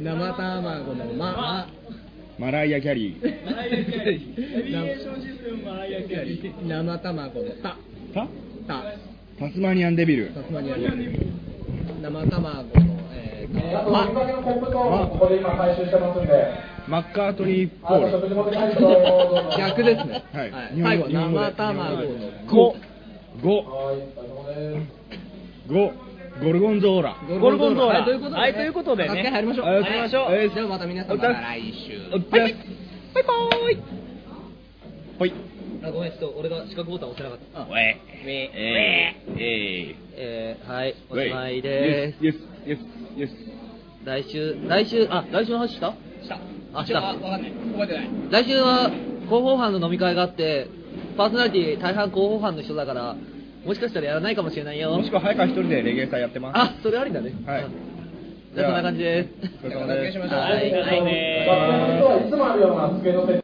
[SPEAKER 2] 生卵のま、
[SPEAKER 4] マライア・キャリー
[SPEAKER 2] 生卵のた、
[SPEAKER 4] た
[SPEAKER 2] た、
[SPEAKER 4] タスマニアンデビル
[SPEAKER 2] タスマニアに生卵の、えー、
[SPEAKER 17] あと、お見かけのコップと、ここで今回収してますんで、
[SPEAKER 4] マッカートニー・ポ
[SPEAKER 17] あと
[SPEAKER 4] ー
[SPEAKER 17] 食事
[SPEAKER 4] ル
[SPEAKER 17] 持って帰る人、どうぞ。
[SPEAKER 2] 逆ですね。
[SPEAKER 4] はい
[SPEAKER 2] 最後
[SPEAKER 4] 日本語
[SPEAKER 2] 生
[SPEAKER 4] で
[SPEAKER 2] 卵の
[SPEAKER 4] 五
[SPEAKER 2] 五。
[SPEAKER 4] 五五ゴルゴンゾーラ
[SPEAKER 2] ゴルゴンゾーラ。
[SPEAKER 25] ゴルゴンゾーラ
[SPEAKER 2] はい、ということでね。
[SPEAKER 25] はいということでね
[SPEAKER 2] 入りましょう。
[SPEAKER 25] はい入りましょう
[SPEAKER 2] はいじゃあまた皆さん
[SPEAKER 25] お疲れ
[SPEAKER 2] 来週。
[SPEAKER 25] お疲れ
[SPEAKER 2] バイバーイ。
[SPEAKER 4] はい
[SPEAKER 3] あごめんちょっと俺が四角ボタン押せなかった
[SPEAKER 4] ウェイ
[SPEAKER 3] ウェイ
[SPEAKER 4] ウェイ
[SPEAKER 3] えー、はいお
[SPEAKER 4] ウェイ
[SPEAKER 3] しまいでーす
[SPEAKER 4] イエスイエスイエス
[SPEAKER 3] 来週来週あ来週の話した
[SPEAKER 2] した。
[SPEAKER 3] あし
[SPEAKER 2] ちょ
[SPEAKER 3] た
[SPEAKER 2] っとわかんない。覚えてない。
[SPEAKER 3] 来週は広報班の飲み会があってパーソナリティ大半広報班の人だからもしかしたらやらないかもしれないよ
[SPEAKER 4] もしくは早川一人でレゲエ祭やってます
[SPEAKER 3] あそれありだね
[SPEAKER 4] はい
[SPEAKER 3] じゃあそんな感じです
[SPEAKER 4] お疲れ様です
[SPEAKER 3] はい
[SPEAKER 17] 学生の人はいつもあるような机の設定